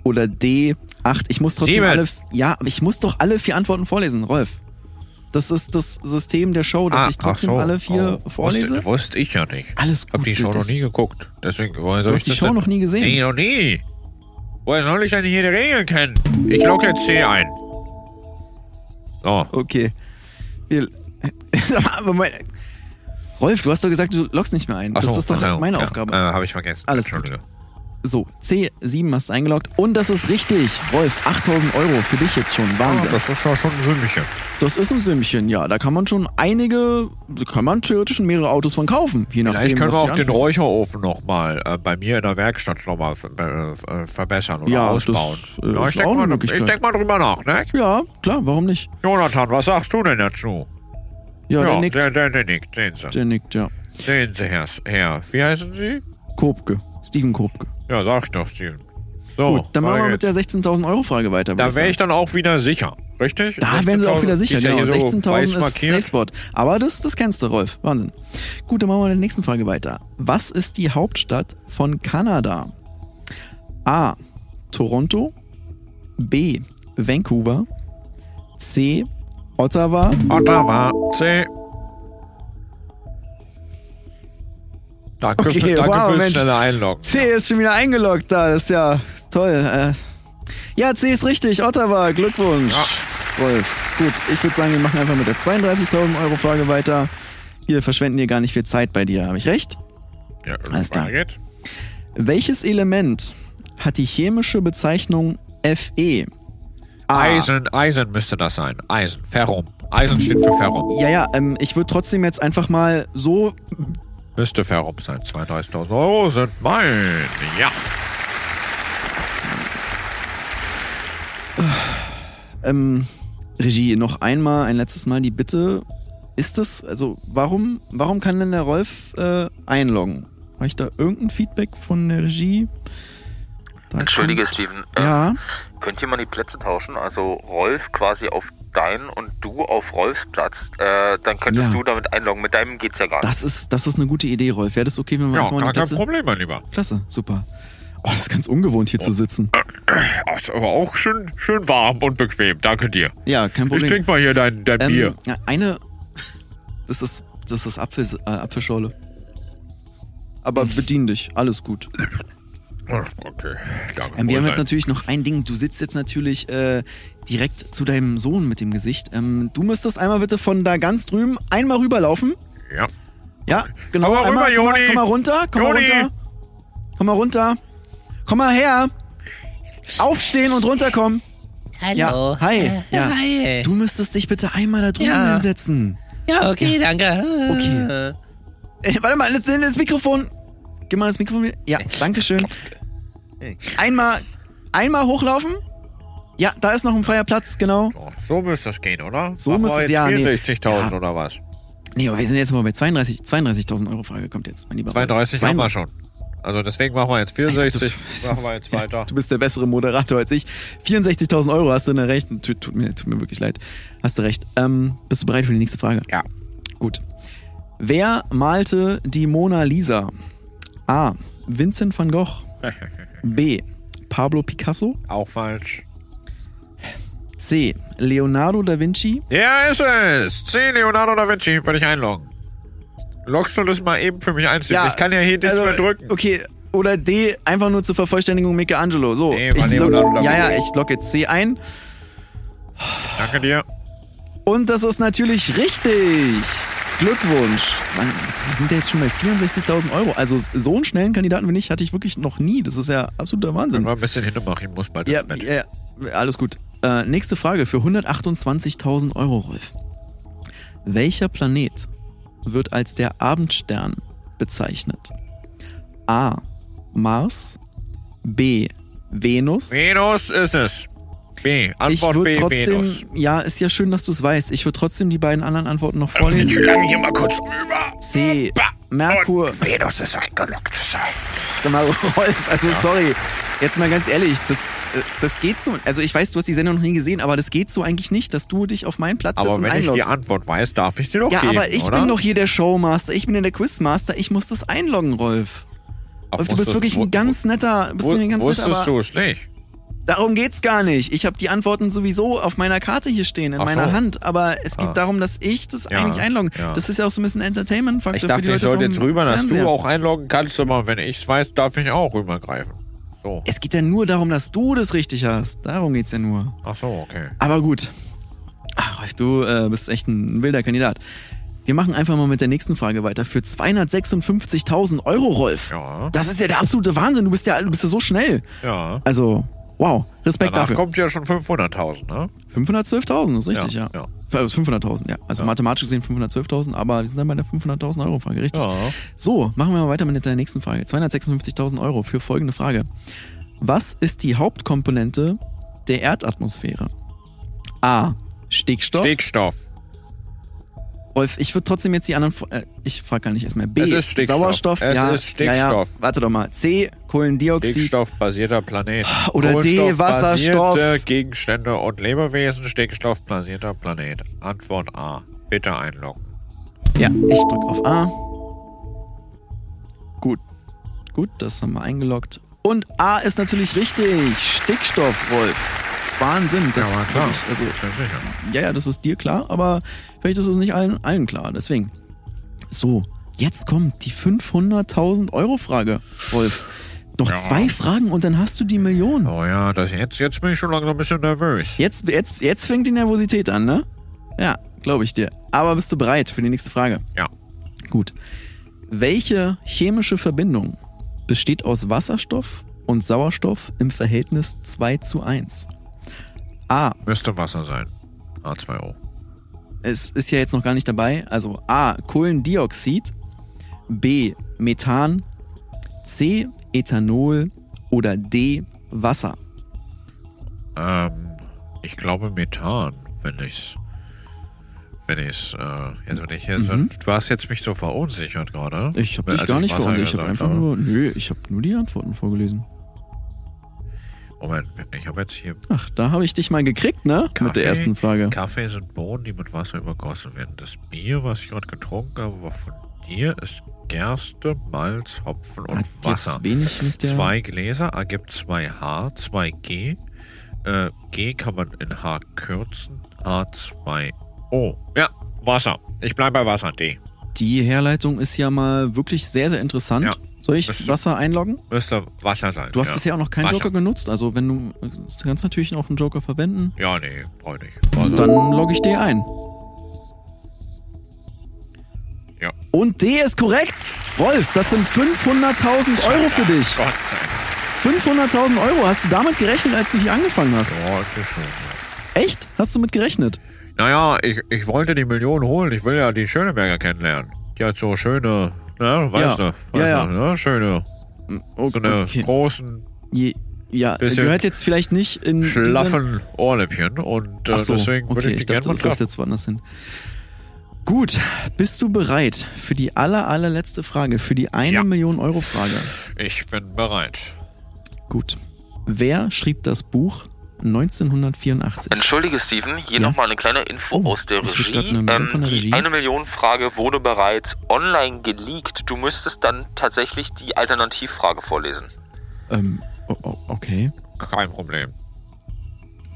Speaker 2: Oder D. 8. Ich muss trotzdem
Speaker 9: Sieben.
Speaker 2: alle. Ja, aber ich muss doch alle vier Antworten vorlesen, Rolf. Das ist das System der Show, dass ich trotzdem alle vier
Speaker 9: Ah, Oh,
Speaker 2: vorlese.
Speaker 9: Wusste, wusste ich ja nicht.
Speaker 2: Alles
Speaker 9: Hab
Speaker 2: gut,
Speaker 9: die Show
Speaker 2: das-
Speaker 9: noch nie geguckt. Deswegen, woher soll
Speaker 2: Du
Speaker 9: ich
Speaker 2: hast die
Speaker 9: das
Speaker 2: Show
Speaker 9: denn-
Speaker 2: noch nie gesehen.
Speaker 9: Nee, noch nie. Woher soll ich denn hier die Regeln kennen? Ich log jetzt C ein. So.
Speaker 2: Okay. Wir, aber mein, Rolf, du hast doch gesagt, du loggst nicht mehr ein.
Speaker 9: Ach
Speaker 2: Das
Speaker 9: so,
Speaker 2: ist doch
Speaker 9: Verzeihung.
Speaker 2: meine
Speaker 9: Ja,
Speaker 2: Aufgabe.
Speaker 9: Äh, Habe ich vergessen.
Speaker 2: Alles gut.
Speaker 9: Entschuldige.
Speaker 2: So, C7 hast du eingeloggt und das ist richtig. Rolf, 8000 Euro für dich jetzt schon.
Speaker 9: Ah,
Speaker 2: Wahnsinn.
Speaker 9: das ist ja schon ein Sümmchen.
Speaker 2: Das ist ein Sümmchen, ja. Da kann man schon einige, da kann man theoretisch schon mehrere Autos von kaufen. Je nachdem,
Speaker 9: Vielleicht können wir
Speaker 2: was
Speaker 9: auch
Speaker 2: die
Speaker 9: den Räucherofen nochmal äh, bei mir in der Werkstatt nochmal äh, äh, verbessern oder
Speaker 2: Ja, das, äh,
Speaker 9: ausbauen.
Speaker 2: ist
Speaker 9: ich denke
Speaker 2: auch eine
Speaker 9: mal,
Speaker 2: Möglichkeit.
Speaker 9: ich denk mal drüber nach, ne?
Speaker 2: anfangen. Ja, klar, warum nicht?
Speaker 9: Jonathan, was sagst du denn dazu?
Speaker 2: Ja, der nickt.
Speaker 9: Der,
Speaker 2: Der,
Speaker 9: der, der nickt. Sehen Sie.
Speaker 2: nickt, ja.
Speaker 9: Sehen Sie, Herr, Herr. Wie heißen Sie?
Speaker 2: Kopke. Steven Kopke.
Speaker 9: Ja, sag ich doch, Steven. So,
Speaker 2: Gut, dann machen wir mit der 16.000 Euro Frage weiter. würd
Speaker 9: Oh, Da wäre
Speaker 2: sagen.
Speaker 9: ich dann auch wieder sicher, richtig?
Speaker 2: Da wären sie auch wieder
Speaker 9: 16.000,
Speaker 2: sicher,
Speaker 9: ist ja
Speaker 2: genau.
Speaker 9: hier so
Speaker 2: 16.000
Speaker 9: weiß
Speaker 2: ist Safe
Speaker 9: markiert.
Speaker 2: Spot. Aber das, das kennst du, Rolf. Wahnsinn. Gut, dann machen wir mit der nächsten Frage weiter. Was ist die Hauptstadt von Kanada? A. Toronto. B. Vancouver. C. Ottawa.
Speaker 9: Ottawa, C. Danke,
Speaker 2: Okay,
Speaker 9: okay, danke
Speaker 2: wow,
Speaker 9: fürs
Speaker 2: Mensch.
Speaker 9: schnelle Einloggen.
Speaker 2: C ist schon wieder eingeloggt da. Das ist ja toll. Äh, ja, C ist richtig. Ottawa, Glückwunsch. Rolf. Gut, ich würde sagen, wir machen einfach mit der 32.000 Euro Frage weiter. Wir verschwenden hier gar nicht viel Zeit bei dir. Habe ich recht?
Speaker 9: Ja,
Speaker 2: Alles klar.
Speaker 9: geht.
Speaker 2: Welches Element hat die chemische Bezeichnung Fe? Ah, A.
Speaker 9: Eisen, Eisen müsste das sein. Eisen, Ferrum. Eisen steht für Ferrum.
Speaker 2: Ja, ja, ähm, ich würde trotzdem jetzt einfach mal so.
Speaker 9: Müsste Ferrum sein. 32.000 Euro sind mein. Ja.
Speaker 2: Ähm, Regie, noch einmal, ein letztes Mal die Bitte. Ist das, also warum, warum kann denn der Rolf äh, einloggen? Habe ich da irgendein Feedback von der Regie? Da
Speaker 10: Entschuldige,
Speaker 2: kommt-
Speaker 10: Steven.
Speaker 2: Ja,
Speaker 10: Könnt ihr mal die Plätze tauschen? Also Rolf quasi auf deinen und du auf Rolfs Platz. Äh, dann könntest
Speaker 2: Ja.
Speaker 10: du damit einloggen. Mit deinem geht's ja gar nicht.
Speaker 2: das ist, das ist eine gute Idee, Rolf. Wäre das okay, wenn wir
Speaker 9: Ja,
Speaker 2: einfach mal
Speaker 9: gar
Speaker 2: die
Speaker 9: kein
Speaker 2: Plätze...
Speaker 9: Problem, mein Lieber.
Speaker 2: Klasse, super. Oh, das ist ganz ungewohnt, hier zu sitzen.
Speaker 9: Ah, ist aber auch schön, schön warm und bequem. Danke dir.
Speaker 2: Ja, kein
Speaker 9: Ich
Speaker 2: Problem.
Speaker 9: trinke mal hier dein, dein
Speaker 2: Ähm,
Speaker 9: Bier.
Speaker 2: Ja, eine. Das ist, das ist Apfel, äh, Apfelschorle. Aber bedien dich, alles gut.
Speaker 9: Ach, Okay, danke.
Speaker 2: Ähm, wir haben
Speaker 9: Wohl
Speaker 2: jetzt
Speaker 9: sein.
Speaker 2: natürlich noch ein Ding. Du sitzt jetzt natürlich äh, direkt zu deinem Sohn mit dem Gesicht. Ähm, du müsstest einmal bitte von da ganz drüben einmal rüberlaufen.
Speaker 9: Ja.
Speaker 2: Ja, genau.
Speaker 9: Komm mal
Speaker 2: einmal,
Speaker 9: rüber,
Speaker 2: komm, mal,
Speaker 9: Joni.
Speaker 2: komm mal runter, komm
Speaker 9: Joni.
Speaker 2: mal runter. Komm mal runter. Komm mal her. Aufstehen und runterkommen.
Speaker 5: Hallo.
Speaker 2: Ja, hi.
Speaker 8: Äh,
Speaker 2: Ja.
Speaker 5: Hi.
Speaker 2: Du müsstest dich bitte einmal da drüben
Speaker 5: Ja.
Speaker 2: hinsetzen.
Speaker 5: Ja, okay, danke.
Speaker 2: Okay. Äh, Warte mal, das, das Mikrofon. Gib mal das Mikrofon wieder. Ja, danke schön. Einmal, einmal hochlaufen. Ja, da ist noch ein freier Platz, genau.
Speaker 9: So, so müsste es gehen, oder?
Speaker 2: So
Speaker 9: Machen wir
Speaker 2: müsste es-
Speaker 9: jetzt
Speaker 2: ja, nee.
Speaker 9: 64.000
Speaker 2: Ja.
Speaker 9: oder was?
Speaker 2: Nee, aber wir sind jetzt mal bei 32 32.000 Euro Frage kommt jetzt, mein lieber. Rolf.
Speaker 9: 32 haben wir
Speaker 2: 32.
Speaker 9: schon. Also deswegen machen wir jetzt 64. machen wir jetzt weiter.
Speaker 2: Du bist der bessere Moderator als ich. 64.000 Euro hast du in der Recht. Tut, tut, mir, tut mir wirklich leid. Hast du recht. Ähm, bist du bereit für die nächste Frage?
Speaker 9: Ja.
Speaker 2: Gut. Wer malte die Mona Lisa? A. Vincent van Gogh. B. Pablo Picasso.
Speaker 9: Auch falsch.
Speaker 2: C. Leonardo da Vinci.
Speaker 9: Ja, ist es. C. Leonardo da Vinci. Würde ich einloggen. Loggst du das mal eben für mich ein? Steve? ich kann ja hier nichts mehr drücken.
Speaker 2: also, Okay, oder D, einfach nur zur Vervollständigung Michelangelo. So,
Speaker 9: Nee, war
Speaker 2: ich log,
Speaker 9: Leonardo da
Speaker 2: ja, ja,
Speaker 9: Vinci.
Speaker 2: ich logge jetzt C ein. äh,
Speaker 9: Ich danke dir.
Speaker 2: Und das ist natürlich richtig. Glückwunsch. Mann, wir sind ja jetzt schon bei 64.000 Euro. Also so einen schnellen Kandidaten wie ich hatte ich wirklich noch nie. Das ist ja absoluter
Speaker 9: Wenn
Speaker 2: Wahnsinn.
Speaker 9: man ein bisschen hintermachen muss bald
Speaker 2: Ja,
Speaker 9: ins Bett.
Speaker 2: ja, ja, alles gut. Äh, nächste Frage für 128.000 Euro, Rolf. Welcher Planet wird als der Abendstern bezeichnet? A. Mars. B. Venus.
Speaker 9: Venus ist es. B.
Speaker 2: Ich
Speaker 9: Antwort
Speaker 2: würde
Speaker 9: B.
Speaker 2: trotzdem,
Speaker 9: Venus.
Speaker 2: ja, ist ja schön, dass du es weißt. Ich würde trotzdem die beiden anderen Antworten noch vorlesen.
Speaker 1: Ich lang hier mal kurz rüber.
Speaker 2: C. Merkur.
Speaker 1: Venus ist eingeloggt.
Speaker 2: Sag mal, Rolf, also sorry. Jetzt mal ganz ehrlich, das, äh, das geht so. Also ich weiß, du hast die Sendung noch nie gesehen, aber das geht so eigentlich nicht, dass du dich auf meinen Platz setzt
Speaker 9: Aber
Speaker 2: und
Speaker 9: wenn ich die
Speaker 2: einloggst.
Speaker 9: Antwort weiß, darf ich dir doch
Speaker 2: ja,
Speaker 9: geben,
Speaker 2: aber ich
Speaker 9: oder?
Speaker 2: bin doch hier der Showmaster, ich bin ja der Quizmaster, ich muss das einloggen, Rolf.
Speaker 9: Ach,
Speaker 2: Rolf, du bist
Speaker 9: wusstest-
Speaker 2: wirklich
Speaker 9: wu-
Speaker 2: ein ganz netter, bist du
Speaker 9: wu-
Speaker 2: ein ganz netter, aber
Speaker 9: Wusstest du es nicht?
Speaker 2: darum geht's gar nicht. Ich habe die Antworten sowieso auf meiner Karte hier stehen, in
Speaker 9: Ach
Speaker 2: meiner
Speaker 9: so.
Speaker 2: Hand, aber es geht
Speaker 9: Ah.
Speaker 2: darum, dass ich das
Speaker 9: Ja,
Speaker 2: eigentlich einloggen.
Speaker 9: ja.
Speaker 2: Das ist ja auch so ein bisschen Entertainment-Faktor
Speaker 9: Ich
Speaker 2: für die
Speaker 9: dachte,
Speaker 2: Leute
Speaker 9: ich sollte
Speaker 2: vom
Speaker 9: jetzt rüber, dass
Speaker 2: Fernseher.
Speaker 9: du auch einloggen kannst, aber wenn ich es weiß, darf ich auch rübergreifen. So.
Speaker 2: Es geht ja nur darum, dass du das richtig hast. Darum geht's ja nur.
Speaker 9: Ach so, okay.
Speaker 2: Aber gut. Ah, du äh, bist echt ein wilder Kandidat. Wir machen einfach mal mit der nächsten Frage weiter. Für 256.000 Euro, Rolf.
Speaker 9: Ja.
Speaker 2: Das ist ja der absolute Wahnsinn. Du bist ja, du bist ja so schnell.
Speaker 9: Ja.
Speaker 2: Also, wow. Respekt
Speaker 9: Danach
Speaker 2: dafür.
Speaker 9: kommt ja schon 500.000, ne?
Speaker 2: 512.000 ist richtig, ja.
Speaker 9: Ja,
Speaker 2: ja.
Speaker 9: ja.
Speaker 2: 500.000, ja. Also mathematisch gesehen 512.000, aber wir sind dann bei der 500.000 Euro Frage, richtig?
Speaker 9: Ja.
Speaker 2: So, machen wir mal weiter mit der nächsten Frage. 256.000 Euro für folgende Frage. Was ist die Hauptkomponente der Erdatmosphäre? A. Stickstoff.
Speaker 9: Stickstoff.
Speaker 2: Wolf, ich würde trotzdem jetzt die anderen. Fra- Äh, ich frage gar nicht erstmal. B.
Speaker 9: Es ist Stickstoff.
Speaker 2: Sauerstoff.
Speaker 9: Es
Speaker 2: ja,
Speaker 9: ist Stickstoff.
Speaker 2: Ja, ja. Warte doch mal. C. Kohlendioxid.
Speaker 9: Stickstoffbasierter Planet.
Speaker 2: Ah, Oder D,
Speaker 9: Kohlenstoffbasierte
Speaker 2: Wasserstoff.
Speaker 9: Gegenstände und Lebewesen. Stickstoffbasierter Planet. Antwort A. Bitte einloggen.
Speaker 2: Ja, ich drück auf A. Gut. Gut, das haben wir eingeloggt. Und A ist natürlich richtig. Stickstoff, Rolf. Wahnsinn. Das
Speaker 9: Ja, war klar.
Speaker 2: Ist wirklich, also,
Speaker 9: Sehr sicher.
Speaker 2: ja, ja, das ist dir klar, aber vielleicht ist es nicht allen, allen klar. Deswegen. So, jetzt kommt die 500.000 Euro Frage, Rolf. Noch
Speaker 9: Ja.
Speaker 2: zwei Fragen und dann hast du die Million.
Speaker 9: Oh ja, das jetzt, jetzt bin ich schon langsam ein bisschen nervös.
Speaker 2: Jetzt, jetzt, jetzt fängt die Nervosität an, ne? Ja, glaube ich dir. Aber bist du bereit für die nächste Frage?
Speaker 9: Ja.
Speaker 2: Gut. Welche chemische Verbindung besteht aus Wasserstoff und Sauerstoff im Verhältnis 2 zu 1? A.
Speaker 9: Müsste Wasser sein. A2O.
Speaker 2: Es ist ja jetzt noch gar nicht dabei. Also A. Kohlendioxid. B. Methan. C. Ethanol. Oder D. Wasser.
Speaker 9: Ähm, ich glaube Methan, wenn ich's. Wenn ich's, äh, jetzt wenn ich jetzt, du hast jetzt mich so verunsichert gerade.
Speaker 2: Mhm. Ich habe
Speaker 9: Als
Speaker 2: dich gar nicht
Speaker 9: Wasser
Speaker 2: verunsichert. Ich habe
Speaker 9: gesagt
Speaker 2: einfach
Speaker 9: habe.
Speaker 2: nur. Nö, ich habe nur die Antworten vorgelesen.
Speaker 9: Moment, ich habe jetzt hier
Speaker 2: Ach, da habe ich dich mal gekriegt, ne? Mit der ersten Frage.
Speaker 9: Kaffee sind Bohnen, die mit Wasser übergossen werden. Das Bier, was ich gerade getrunken habe, war von dir, ist Gerste, Malz, Hopfen und
Speaker 2: Hat
Speaker 9: Wasser.
Speaker 2: jetzt wenig mit der.
Speaker 9: Zwei Gläser ergibt 2H, 2G. Äh, G kann man in H kürzen. H2O. Ja, Wasser. Ich bleibe bei Wasser. D.
Speaker 2: Die Herleitung ist ja mal wirklich sehr, sehr interessant.
Speaker 9: Ja.
Speaker 2: Soll ich
Speaker 9: Müsste-
Speaker 2: Wasser einloggen?
Speaker 9: Müsste Wasser sein.
Speaker 2: Du hast
Speaker 9: ja.
Speaker 2: bisher auch noch keinen
Speaker 9: Wasser.
Speaker 2: Joker genutzt. Also, wenn du. Du kannst natürlich auch einen Joker verwenden.
Speaker 9: Ja, nee, brauche ich nicht. Wasser.
Speaker 2: Dann logge ich D ein.
Speaker 9: Ja.
Speaker 2: Und D ist korrekt. Wolf, das sind 500.000 Euro für dich.
Speaker 9: Gott sei Dank.
Speaker 2: 500.000 Euro. Hast du damit gerechnet, als du hier angefangen hast?
Speaker 9: Ja, okay, schon. ja.
Speaker 2: Echt? Hast du mit gerechnet?
Speaker 9: Naja, ich, ich wollte die Million holen. Ich will ja die Schöneberger kennenlernen. Die hat so schöne, ne,
Speaker 2: Ja.
Speaker 9: weißt du, weißt
Speaker 2: Ja, ja.
Speaker 9: du, ne, schöne,
Speaker 2: O-
Speaker 9: so eine
Speaker 2: okay.
Speaker 9: großen,
Speaker 2: Je, ja,
Speaker 9: Bisschen
Speaker 2: gehört jetzt vielleicht nicht in. diese-
Speaker 9: schlaffen Ohrläppchen und äh,
Speaker 2: Ach so,
Speaker 9: deswegen würde
Speaker 2: okay,
Speaker 9: ich die
Speaker 2: ich
Speaker 9: gerne
Speaker 2: dachte,
Speaker 9: mal
Speaker 2: das läuft
Speaker 9: treffen.
Speaker 2: jetzt woanders hin. Gut, bist du bereit für die aller, allerletzte Frage, für die eine
Speaker 9: Ja.
Speaker 2: Million Euro Frage?
Speaker 9: Ich bin bereit.
Speaker 2: Gut. Wer schrieb das Buch 1984?
Speaker 10: Entschuldige, Steven, hier
Speaker 2: Ja?
Speaker 10: nochmal eine kleine Info
Speaker 2: Oh,
Speaker 10: aus der
Speaker 2: ich krieg
Speaker 10: Regie.
Speaker 2: grad eine Meldung von
Speaker 10: Ähm,
Speaker 2: der Regie.
Speaker 10: Die eine Million Frage wurde bereits online geleakt. Du müsstest dann tatsächlich die Alternativfrage vorlesen.
Speaker 2: Ähm, o- o- okay,
Speaker 9: Kein Problem.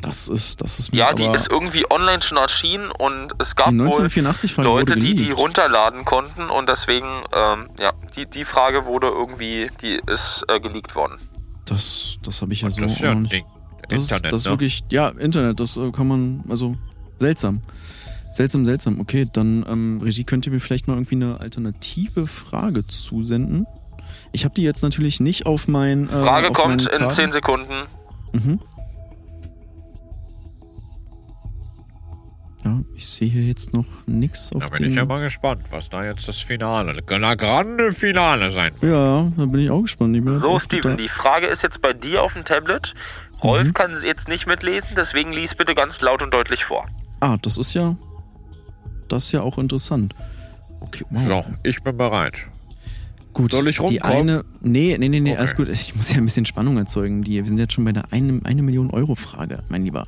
Speaker 2: das ist, das ist mir
Speaker 10: Ja,
Speaker 2: aber
Speaker 10: die ist irgendwie online schon erschienen und es gab
Speaker 2: die
Speaker 10: wohl
Speaker 2: 1984-Frage wurde
Speaker 10: Leute, die die
Speaker 2: geleakt.
Speaker 10: runterladen konnten und deswegen, ähm, ja, die, die Frage wurde irgendwie, die ist äh, geleakt worden.
Speaker 2: Das, das habe ich ja so
Speaker 9: das ist ja
Speaker 2: auch noch
Speaker 9: ein
Speaker 2: nicht.
Speaker 9: Ding.
Speaker 2: Das
Speaker 9: Internet,
Speaker 2: ist, das ist
Speaker 9: ne?
Speaker 2: wirklich, ja, Internet, das äh, kann man, also seltsam. Seltsam, seltsam. Okay, dann, ähm, Regie, könnt ihr mir vielleicht mal irgendwie eine alternative Frage zusenden? Ich habe die jetzt natürlich nicht auf mein. Äh,
Speaker 10: Frage
Speaker 2: auf
Speaker 10: kommt
Speaker 2: meinen
Speaker 10: in
Speaker 2: Karten.
Speaker 10: 10 Sekunden.
Speaker 2: Mhm. Ja, ich sehe hier jetzt noch nichts auf
Speaker 9: Da bin
Speaker 2: dem...
Speaker 9: ich ja mal gespannt, was da jetzt das Finale, la grande Finale sein wird.
Speaker 2: Ja, da bin ich auch gespannt. Ich bin jetzt
Speaker 10: So,
Speaker 2: auch
Speaker 10: Steven,
Speaker 2: total-
Speaker 10: die Frage ist jetzt bei dir auf dem Tablet. Rolf
Speaker 2: Mhm.
Speaker 10: kann sie jetzt nicht mitlesen, deswegen lies bitte ganz laut und deutlich vor.
Speaker 2: Ah, das ist ja... Das ist ja auch interessant. Okay, wow.
Speaker 9: So, ich bin bereit.
Speaker 2: Gut,
Speaker 9: Soll ich
Speaker 2: die
Speaker 9: rumkommen?
Speaker 2: eine. Nee, nee, nee, nee,
Speaker 9: Okay.
Speaker 2: alles gut. Ich muss ja ein bisschen Spannung erzeugen. Die, wir sind jetzt schon bei der 1 eine Million Euro Frage, mein Lieber.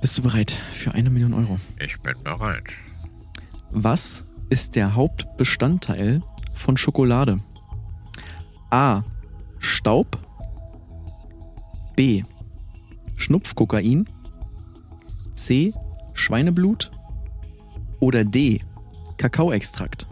Speaker 2: Bist du bereit für eine Million Euro?
Speaker 9: Ich bin bereit.
Speaker 2: Was ist der Hauptbestandteil von Schokolade? A. Staub. B. Schnupfkokain. C. Schweineblut. Oder D. Kakaoextrakt.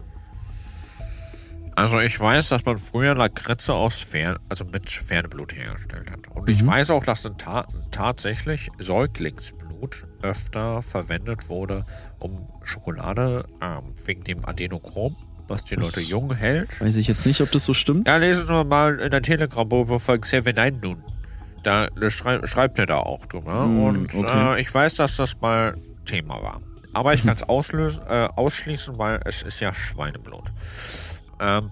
Speaker 9: Also ich weiß, dass man früher Lakritze aus Pferd, also mit Pferdeblut hergestellt hat. Und ich weiß auch, dass in ta tatsächlich Säuglingsblut Brot öfter verwendet wurde, um Schokolade ähm, wegen dem Adenochrom, was die
Speaker 2: Das-
Speaker 9: Leute jung hält.
Speaker 2: Weiß ich jetzt nicht, ob das so stimmt.
Speaker 9: Ja, lesen wir mal in der Telegram-Gruppe von Xavier Neidun. Da schrei schreibt er da auch drüber.
Speaker 2: Hm,
Speaker 9: ne? und
Speaker 2: okay. Hm.
Speaker 9: äh, ich weiß, dass das mal Thema war. Aber ich kann es auslösen, äh, ausschließen, weil es ist ja Schweineblut. Ähm,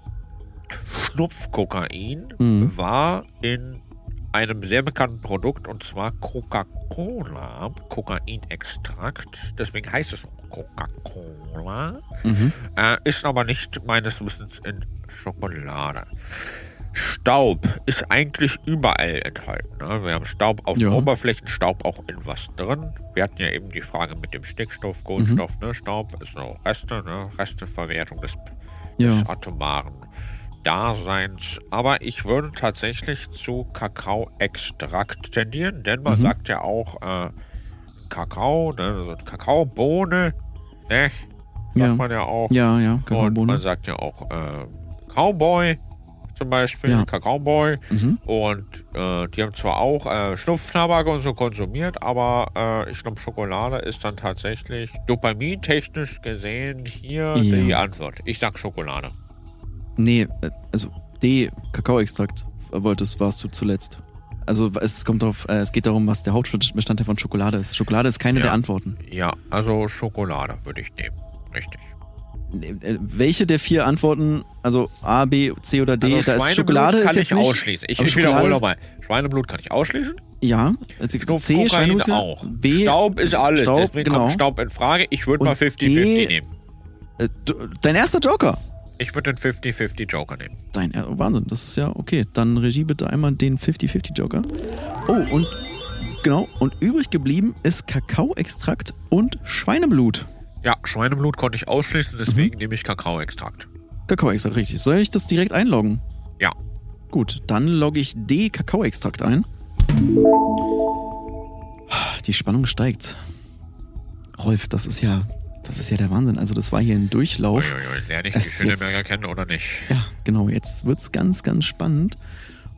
Speaker 9: Schnupfkokain
Speaker 2: Mhm.
Speaker 9: war in einem sehr bekannten Produkt und zwar Coca-Cola, Kokainextrakt. Deswegen heißt es auch Coca-Cola.
Speaker 2: Mhm.
Speaker 9: Äh, ist aber nicht meines Wissens in Schokolade. Staub ist eigentlich überall enthalten. Ne? Wir haben Staub auf
Speaker 2: Ja.
Speaker 9: Oberflächen, Staub auch in was drin. Wir hatten ja eben die Frage mit dem Stickstoff, Kohlenstoff,
Speaker 2: Mhm.
Speaker 9: ne? Staub ist auch Reste, ne? Resteverwertung des,
Speaker 2: Ja.
Speaker 9: des atomaren Daseins. Aber ich würde tatsächlich zu Kakaoextrakt tendieren, denn
Speaker 2: Mhm.
Speaker 9: man sagt ja auch äh, Kakao, ne? so Kakaobohne, ne? Sagt
Speaker 2: Ja.
Speaker 9: man ja auch.
Speaker 2: Ja, ja,
Speaker 9: Und Genau, man
Speaker 2: Kakaobohne.
Speaker 9: sagt ja auch äh, Cowboy zum Beispiel,
Speaker 2: Ja.
Speaker 9: Kakaoboy.
Speaker 2: Mhm.
Speaker 9: Und äh, die haben zwar auch äh, Schnupftabak und so konsumiert, aber äh, ich glaube, Schokolade ist dann tatsächlich dopamintechnisch gesehen hier
Speaker 2: Ja.
Speaker 9: die Antwort. Ich sag Schokolade.
Speaker 2: Nee, äh, also D, Kakaoextrakt wolltest, warst du zuletzt. Also es kommt auf, äh, es geht darum, was der Hauptbestandteil von Schokolade ist. Schokolade ist keine
Speaker 9: Ja.
Speaker 2: der Antworten.
Speaker 9: Ja, also Schokolade würde ich nehmen. Richtig.
Speaker 2: Nee, äh, Welche der vier Antworten, also A, B, C oder D,
Speaker 9: also
Speaker 2: da ist Schokolade
Speaker 9: kann
Speaker 2: ist jetzt
Speaker 9: ich
Speaker 2: nicht,
Speaker 9: ausschließen. Ich,
Speaker 2: aber
Speaker 9: ich wiederhole
Speaker 2: Schokolade
Speaker 9: nochmal. Schweineblut kann ich ausschließen.
Speaker 2: ist- Ja, also C, Schweineblut,
Speaker 9: auch.
Speaker 2: B,
Speaker 9: Staub ist alles.
Speaker 2: Staub,
Speaker 9: Deswegen
Speaker 2: genau.
Speaker 9: kommt Staub in Frage. Ich würde
Speaker 2: Und
Speaker 9: mal 50-50
Speaker 2: die-
Speaker 9: nehmen.
Speaker 2: Äh, du- dein erster Joker.
Speaker 9: Ich würde den 50-50 Joker nehmen.
Speaker 2: Dein er oh, Wahnsinn, das ist ja okay. Dann Regie bitte einmal den 50-50 Joker. Oh, und genau, und übrig geblieben ist Kakaoextrakt und Schweineblut.
Speaker 9: Ja, Schweineblut konnte ich ausschließen,
Speaker 2: Mhm.
Speaker 9: deswegen nehme ich Kakaoextrakt.
Speaker 2: Kakaoextrakt, richtig. Soll ich das direkt einloggen?
Speaker 9: Ja.
Speaker 2: Gut, dann logge ich D Kakaoextrakt ein. Die Spannung steigt. Rolf, das ist ja, das ist ja der Wahnsinn. Also das war hier ein Durchlauf.
Speaker 9: Uiuiui, lerne ich
Speaker 2: Das
Speaker 9: die
Speaker 2: ist
Speaker 9: Schöneberger
Speaker 2: jetzt-
Speaker 9: kennen oder nicht?
Speaker 2: Ja, genau. Jetzt wird's ganz, ganz spannend.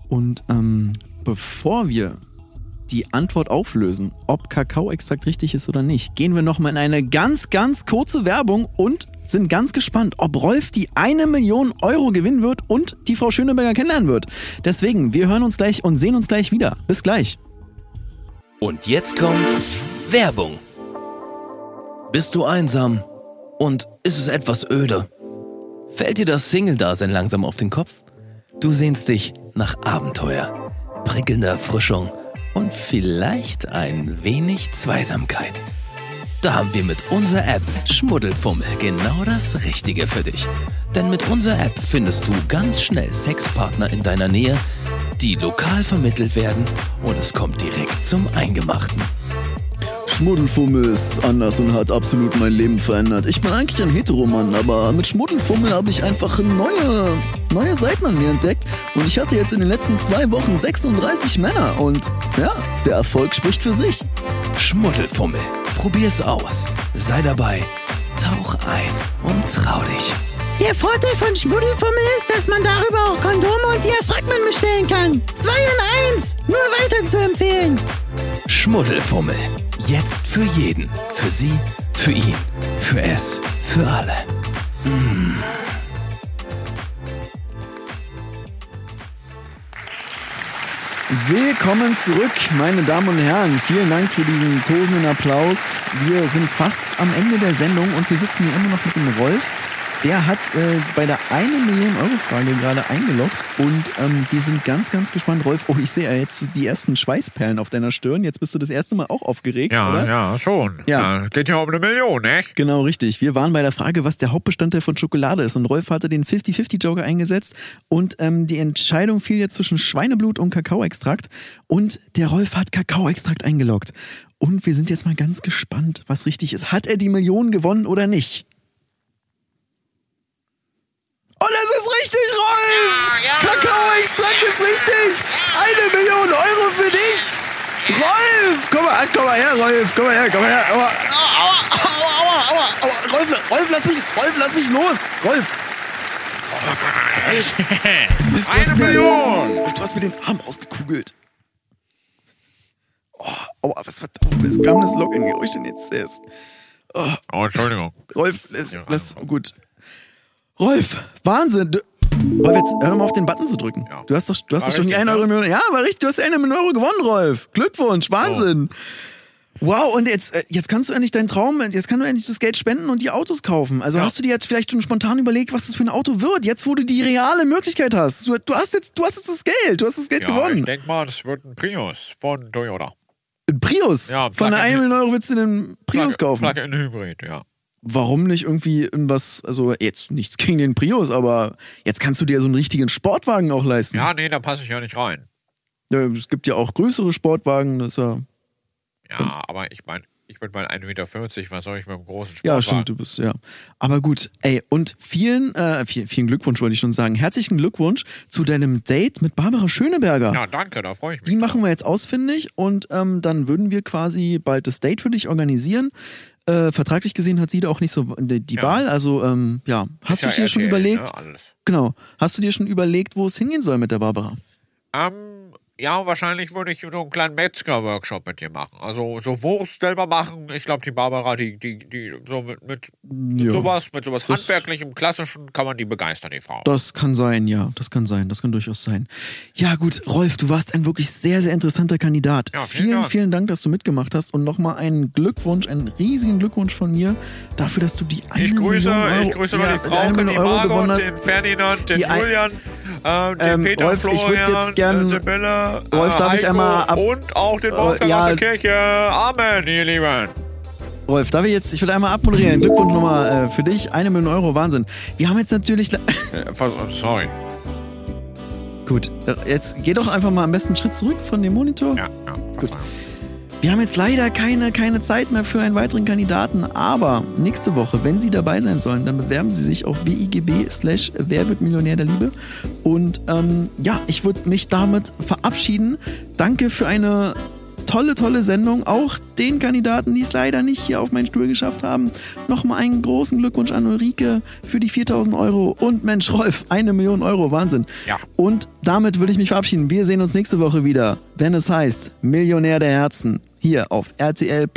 Speaker 2: Und ähm, bevor wir die Antwort auflösen, ob Kakaoextrakt richtig ist oder nicht, gehen wir nochmal in eine ganz, ganz kurze Werbung und sind ganz gespannt, ob Rolf die eine Million Euro gewinnen wird und die Frau Schöneberger kennenlernen wird. Deswegen, wir hören uns gleich und sehen uns gleich wieder. Bis gleich.
Speaker 6: Und jetzt kommt Werbung. Bist du einsam und ist es etwas öde? Fällt dir das Single-Dasein langsam auf den Kopf? Du sehnst dich nach Abenteuer, prickelnder Erfrischung und vielleicht ein wenig Zweisamkeit. Da haben wir mit unserer App Schmuddelfummel genau das Richtige für dich. Denn mit unserer App findest du ganz schnell Sexpartner in deiner Nähe, die lokal vermittelt werden und es kommt direkt zum Eingemachten.
Speaker 2: Schmuddelfummel ist anders und hat absolut mein Leben verändert. Ich bin eigentlich ein Heteromann, aber mit Schmuddelfummel habe ich einfach neue, neue Seiten an mir entdeckt. Und ich hatte jetzt in den letzten zwei Wochen 36 Männer. Und ja, der Erfolg spricht für sich.
Speaker 6: Schmuddelfummel, probier's aus, sei dabei, tauch ein und trau dich.
Speaker 8: Der Vorteil von Schmuddelfummel ist, dass man darüber auch Kondome und Diaphragmen bestellen kann. Zwei in eins. Nur weiter zu empfehlen.
Speaker 6: Schmuddelfummel, jetzt für jeden, für sie, für ihn, für es, für alle.
Speaker 2: Willkommen zurück, meine Damen und Herren. Vielen Dank für diesen tosenden Applaus. Wir sind fast am Ende der Sendung und wir sitzen hier immer noch mit dem Rolf. Der hat äh, bei der 1 Million Euro Frage gerade eingeloggt und ähm, wir sind ganz, ganz gespannt. Rolf, oh, ich sehe ja jetzt die ersten Schweißperlen auf deiner Stirn. Jetzt bist du das erste Mal auch aufgeregt,
Speaker 9: Ja,
Speaker 2: oder?
Speaker 9: ja, schon.
Speaker 2: Ja.
Speaker 9: Ja, Geht ja um eine Million, echt?
Speaker 2: Genau, richtig. Wir waren bei der Frage, was der Hauptbestandteil von Schokolade ist. Und Rolf hatte den 50-50-Joker eingesetzt. Und ähm, die Entscheidung fiel jetzt zwischen Schweineblut und Kakaoextrakt. Und der Rolf hat Kakaoextrakt eingeloggt. Und wir sind jetzt mal ganz gespannt, was richtig ist. Hat er die Millionen gewonnen oder nicht? Und es ist richtig, Rolf! Kakaoextrakt ist richtig! Eine Million Euro für dich! Rolf! Komm mal, komm mal her, Rolf! Komm mal her, komm mal her! Aua, aua, aua, aua, aua, aua. Rolf, Rolf, lass mich, Rolf, lass mich los! Rolf! Rolf, du hast mir den- Rolf, du hast mir den Arm rausgekugelt. Oh, Aua, was war das? kam das Login-Geräusch denn jetzt erst? Oh.
Speaker 9: Oh, Entschuldigung.
Speaker 2: Rolf, lass, lass, gut. Rolf, Wahnsinn. Du, Rolf, jetzt hör doch mal auf den Button zu drücken. Du hast doch, du hast
Speaker 9: War
Speaker 2: doch schon die
Speaker 9: richtig, ne?
Speaker 2: 1 Euro Million. Ja, war richtig, du hast eine Million Euro gewonnen, Rolf. Glückwunsch, Wahnsinn. Wow, und jetzt, äh, jetzt kannst du endlich deinen Traum, jetzt kannst du endlich das Geld spenden und die Autos kaufen. Also hast du dir jetzt vielleicht schon spontan überlegt, was das für ein Auto wird, jetzt wo du die reale Möglichkeit hast. Du, du, hast, jetzt, du hast jetzt das Geld, du hast das Geld
Speaker 9: Ja,
Speaker 2: gewonnen.
Speaker 9: ich denke mal, das wird ein Prius von Toyota.
Speaker 2: Ein Prius?
Speaker 9: Ja,
Speaker 2: Von der 1
Speaker 9: Plug-in-
Speaker 2: Million Euro willst du einen Prius kaufen?
Speaker 9: Plug-in-Hybrid, ja.
Speaker 2: warum nicht irgendwie in was, also jetzt nichts gegen den Prius, aber jetzt kannst du dir so einen richtigen Sportwagen auch leisten.
Speaker 9: Ja, nee, da passe ich ja nicht rein.
Speaker 2: Ja, es gibt ja auch größere Sportwagen, das ist ja.
Speaker 9: Ja, aber ich meine, ich bin mal 1,40 Meter, was soll ich mit dem großen Sport
Speaker 2: Ja, stimmt, du bist, ja. Aber gut, ey, und vielen, äh, vielen, vielen Glückwunsch, wollte ich schon sagen. Herzlichen Glückwunsch zu deinem Date mit Barbara Schöneberger.
Speaker 9: Ja, danke, da freue ich mich.
Speaker 2: Die machen wir jetzt ausfindig und ähm, dann würden wir quasi bald das Date für dich organisieren. Äh, vertraglich gesehen hat sie da auch nicht so die, die Wahl. Also, ähm, ja, hast du
Speaker 9: ja
Speaker 2: dir schon
Speaker 9: RTL,
Speaker 2: überlegt?
Speaker 9: ne, alles.
Speaker 2: Genau. Hast du dir schon überlegt, wo es hingehen soll mit der Barbara?
Speaker 9: Ähm, ja, wahrscheinlich würde ich so einen kleinen Metzger-Workshop mit dir machen. Also so Wurst selber machen. Ich glaube, die Barbara, die, die, die so mit, mit
Speaker 2: Ja.
Speaker 9: sowas, mit sowas handwerklichem, klassischen, kann man die begeistern, die Frau.
Speaker 2: Das kann sein, ja. Das kann sein. Das kann durchaus sein. Ja, gut, Rolf, du warst ein wirklich sehr, sehr interessanter Kandidat.
Speaker 9: Ja, vielen
Speaker 2: vielen,
Speaker 9: Dank.
Speaker 2: vielen Dank, dass du mitgemacht hast. Und nochmal einen Glückwunsch, einen riesigen Glückwunsch von mir dafür, dass du die eine
Speaker 9: Ich grüße,
Speaker 2: Million Euro,
Speaker 9: ich grüße mal
Speaker 2: ja,
Speaker 9: die Frau,
Speaker 2: eine
Speaker 9: die
Speaker 2: Million Euro gewonnen
Speaker 9: Margot,
Speaker 2: hast.
Speaker 9: den Ferdinand, den
Speaker 2: Die ein-
Speaker 9: Julian, ähm, den
Speaker 2: Ähm,
Speaker 9: Peter,
Speaker 2: Rolf, ich würd
Speaker 9: Florian,
Speaker 2: jetzt gern-
Speaker 9: äh, Sibylle,
Speaker 2: Rolf,
Speaker 9: äh,
Speaker 2: darf ich
Speaker 9: Heiko
Speaker 2: einmal ab- Äh,
Speaker 9: und auch den Wolfgang
Speaker 2: ja.
Speaker 9: aus der Kirche. Amen, ihr Lieben.
Speaker 2: Rolf, darf ich jetzt, ich will einmal abmoderieren. Glückwunsch nochmal äh, für dich. Eine Million Euro, Wahnsinn. Wir haben jetzt natürlich.
Speaker 9: Äh, vers- Sorry.
Speaker 2: Gut, äh, jetzt geh doch einfach mal am besten einen Schritt zurück von dem Monitor.
Speaker 9: Ja, ja,
Speaker 2: Gut. Wir haben jetzt leider keine, keine Zeit mehr für einen weiteren Kandidaten, aber nächste Woche, wenn Sie dabei sein sollen, dann bewerben Sie sich auf wigb slash wer wird Millionär der Liebe. Und ähm, ja, ich würde mich damit verabschieden. Danke für eine tolle, tolle Sendung. Auch den Kandidaten, die es leider nicht hier auf meinen Stuhl geschafft haben, nochmal einen großen Glückwunsch an Ulrike für die 4000 Euro. Und Mensch, Rolf, eine Million Euro, Wahnsinn.
Speaker 9: Ja.
Speaker 2: Und damit würde ich mich verabschieden. Wir sehen uns nächste Woche wieder, wenn es heißt Millionär der Herzen. Hier auf RTL.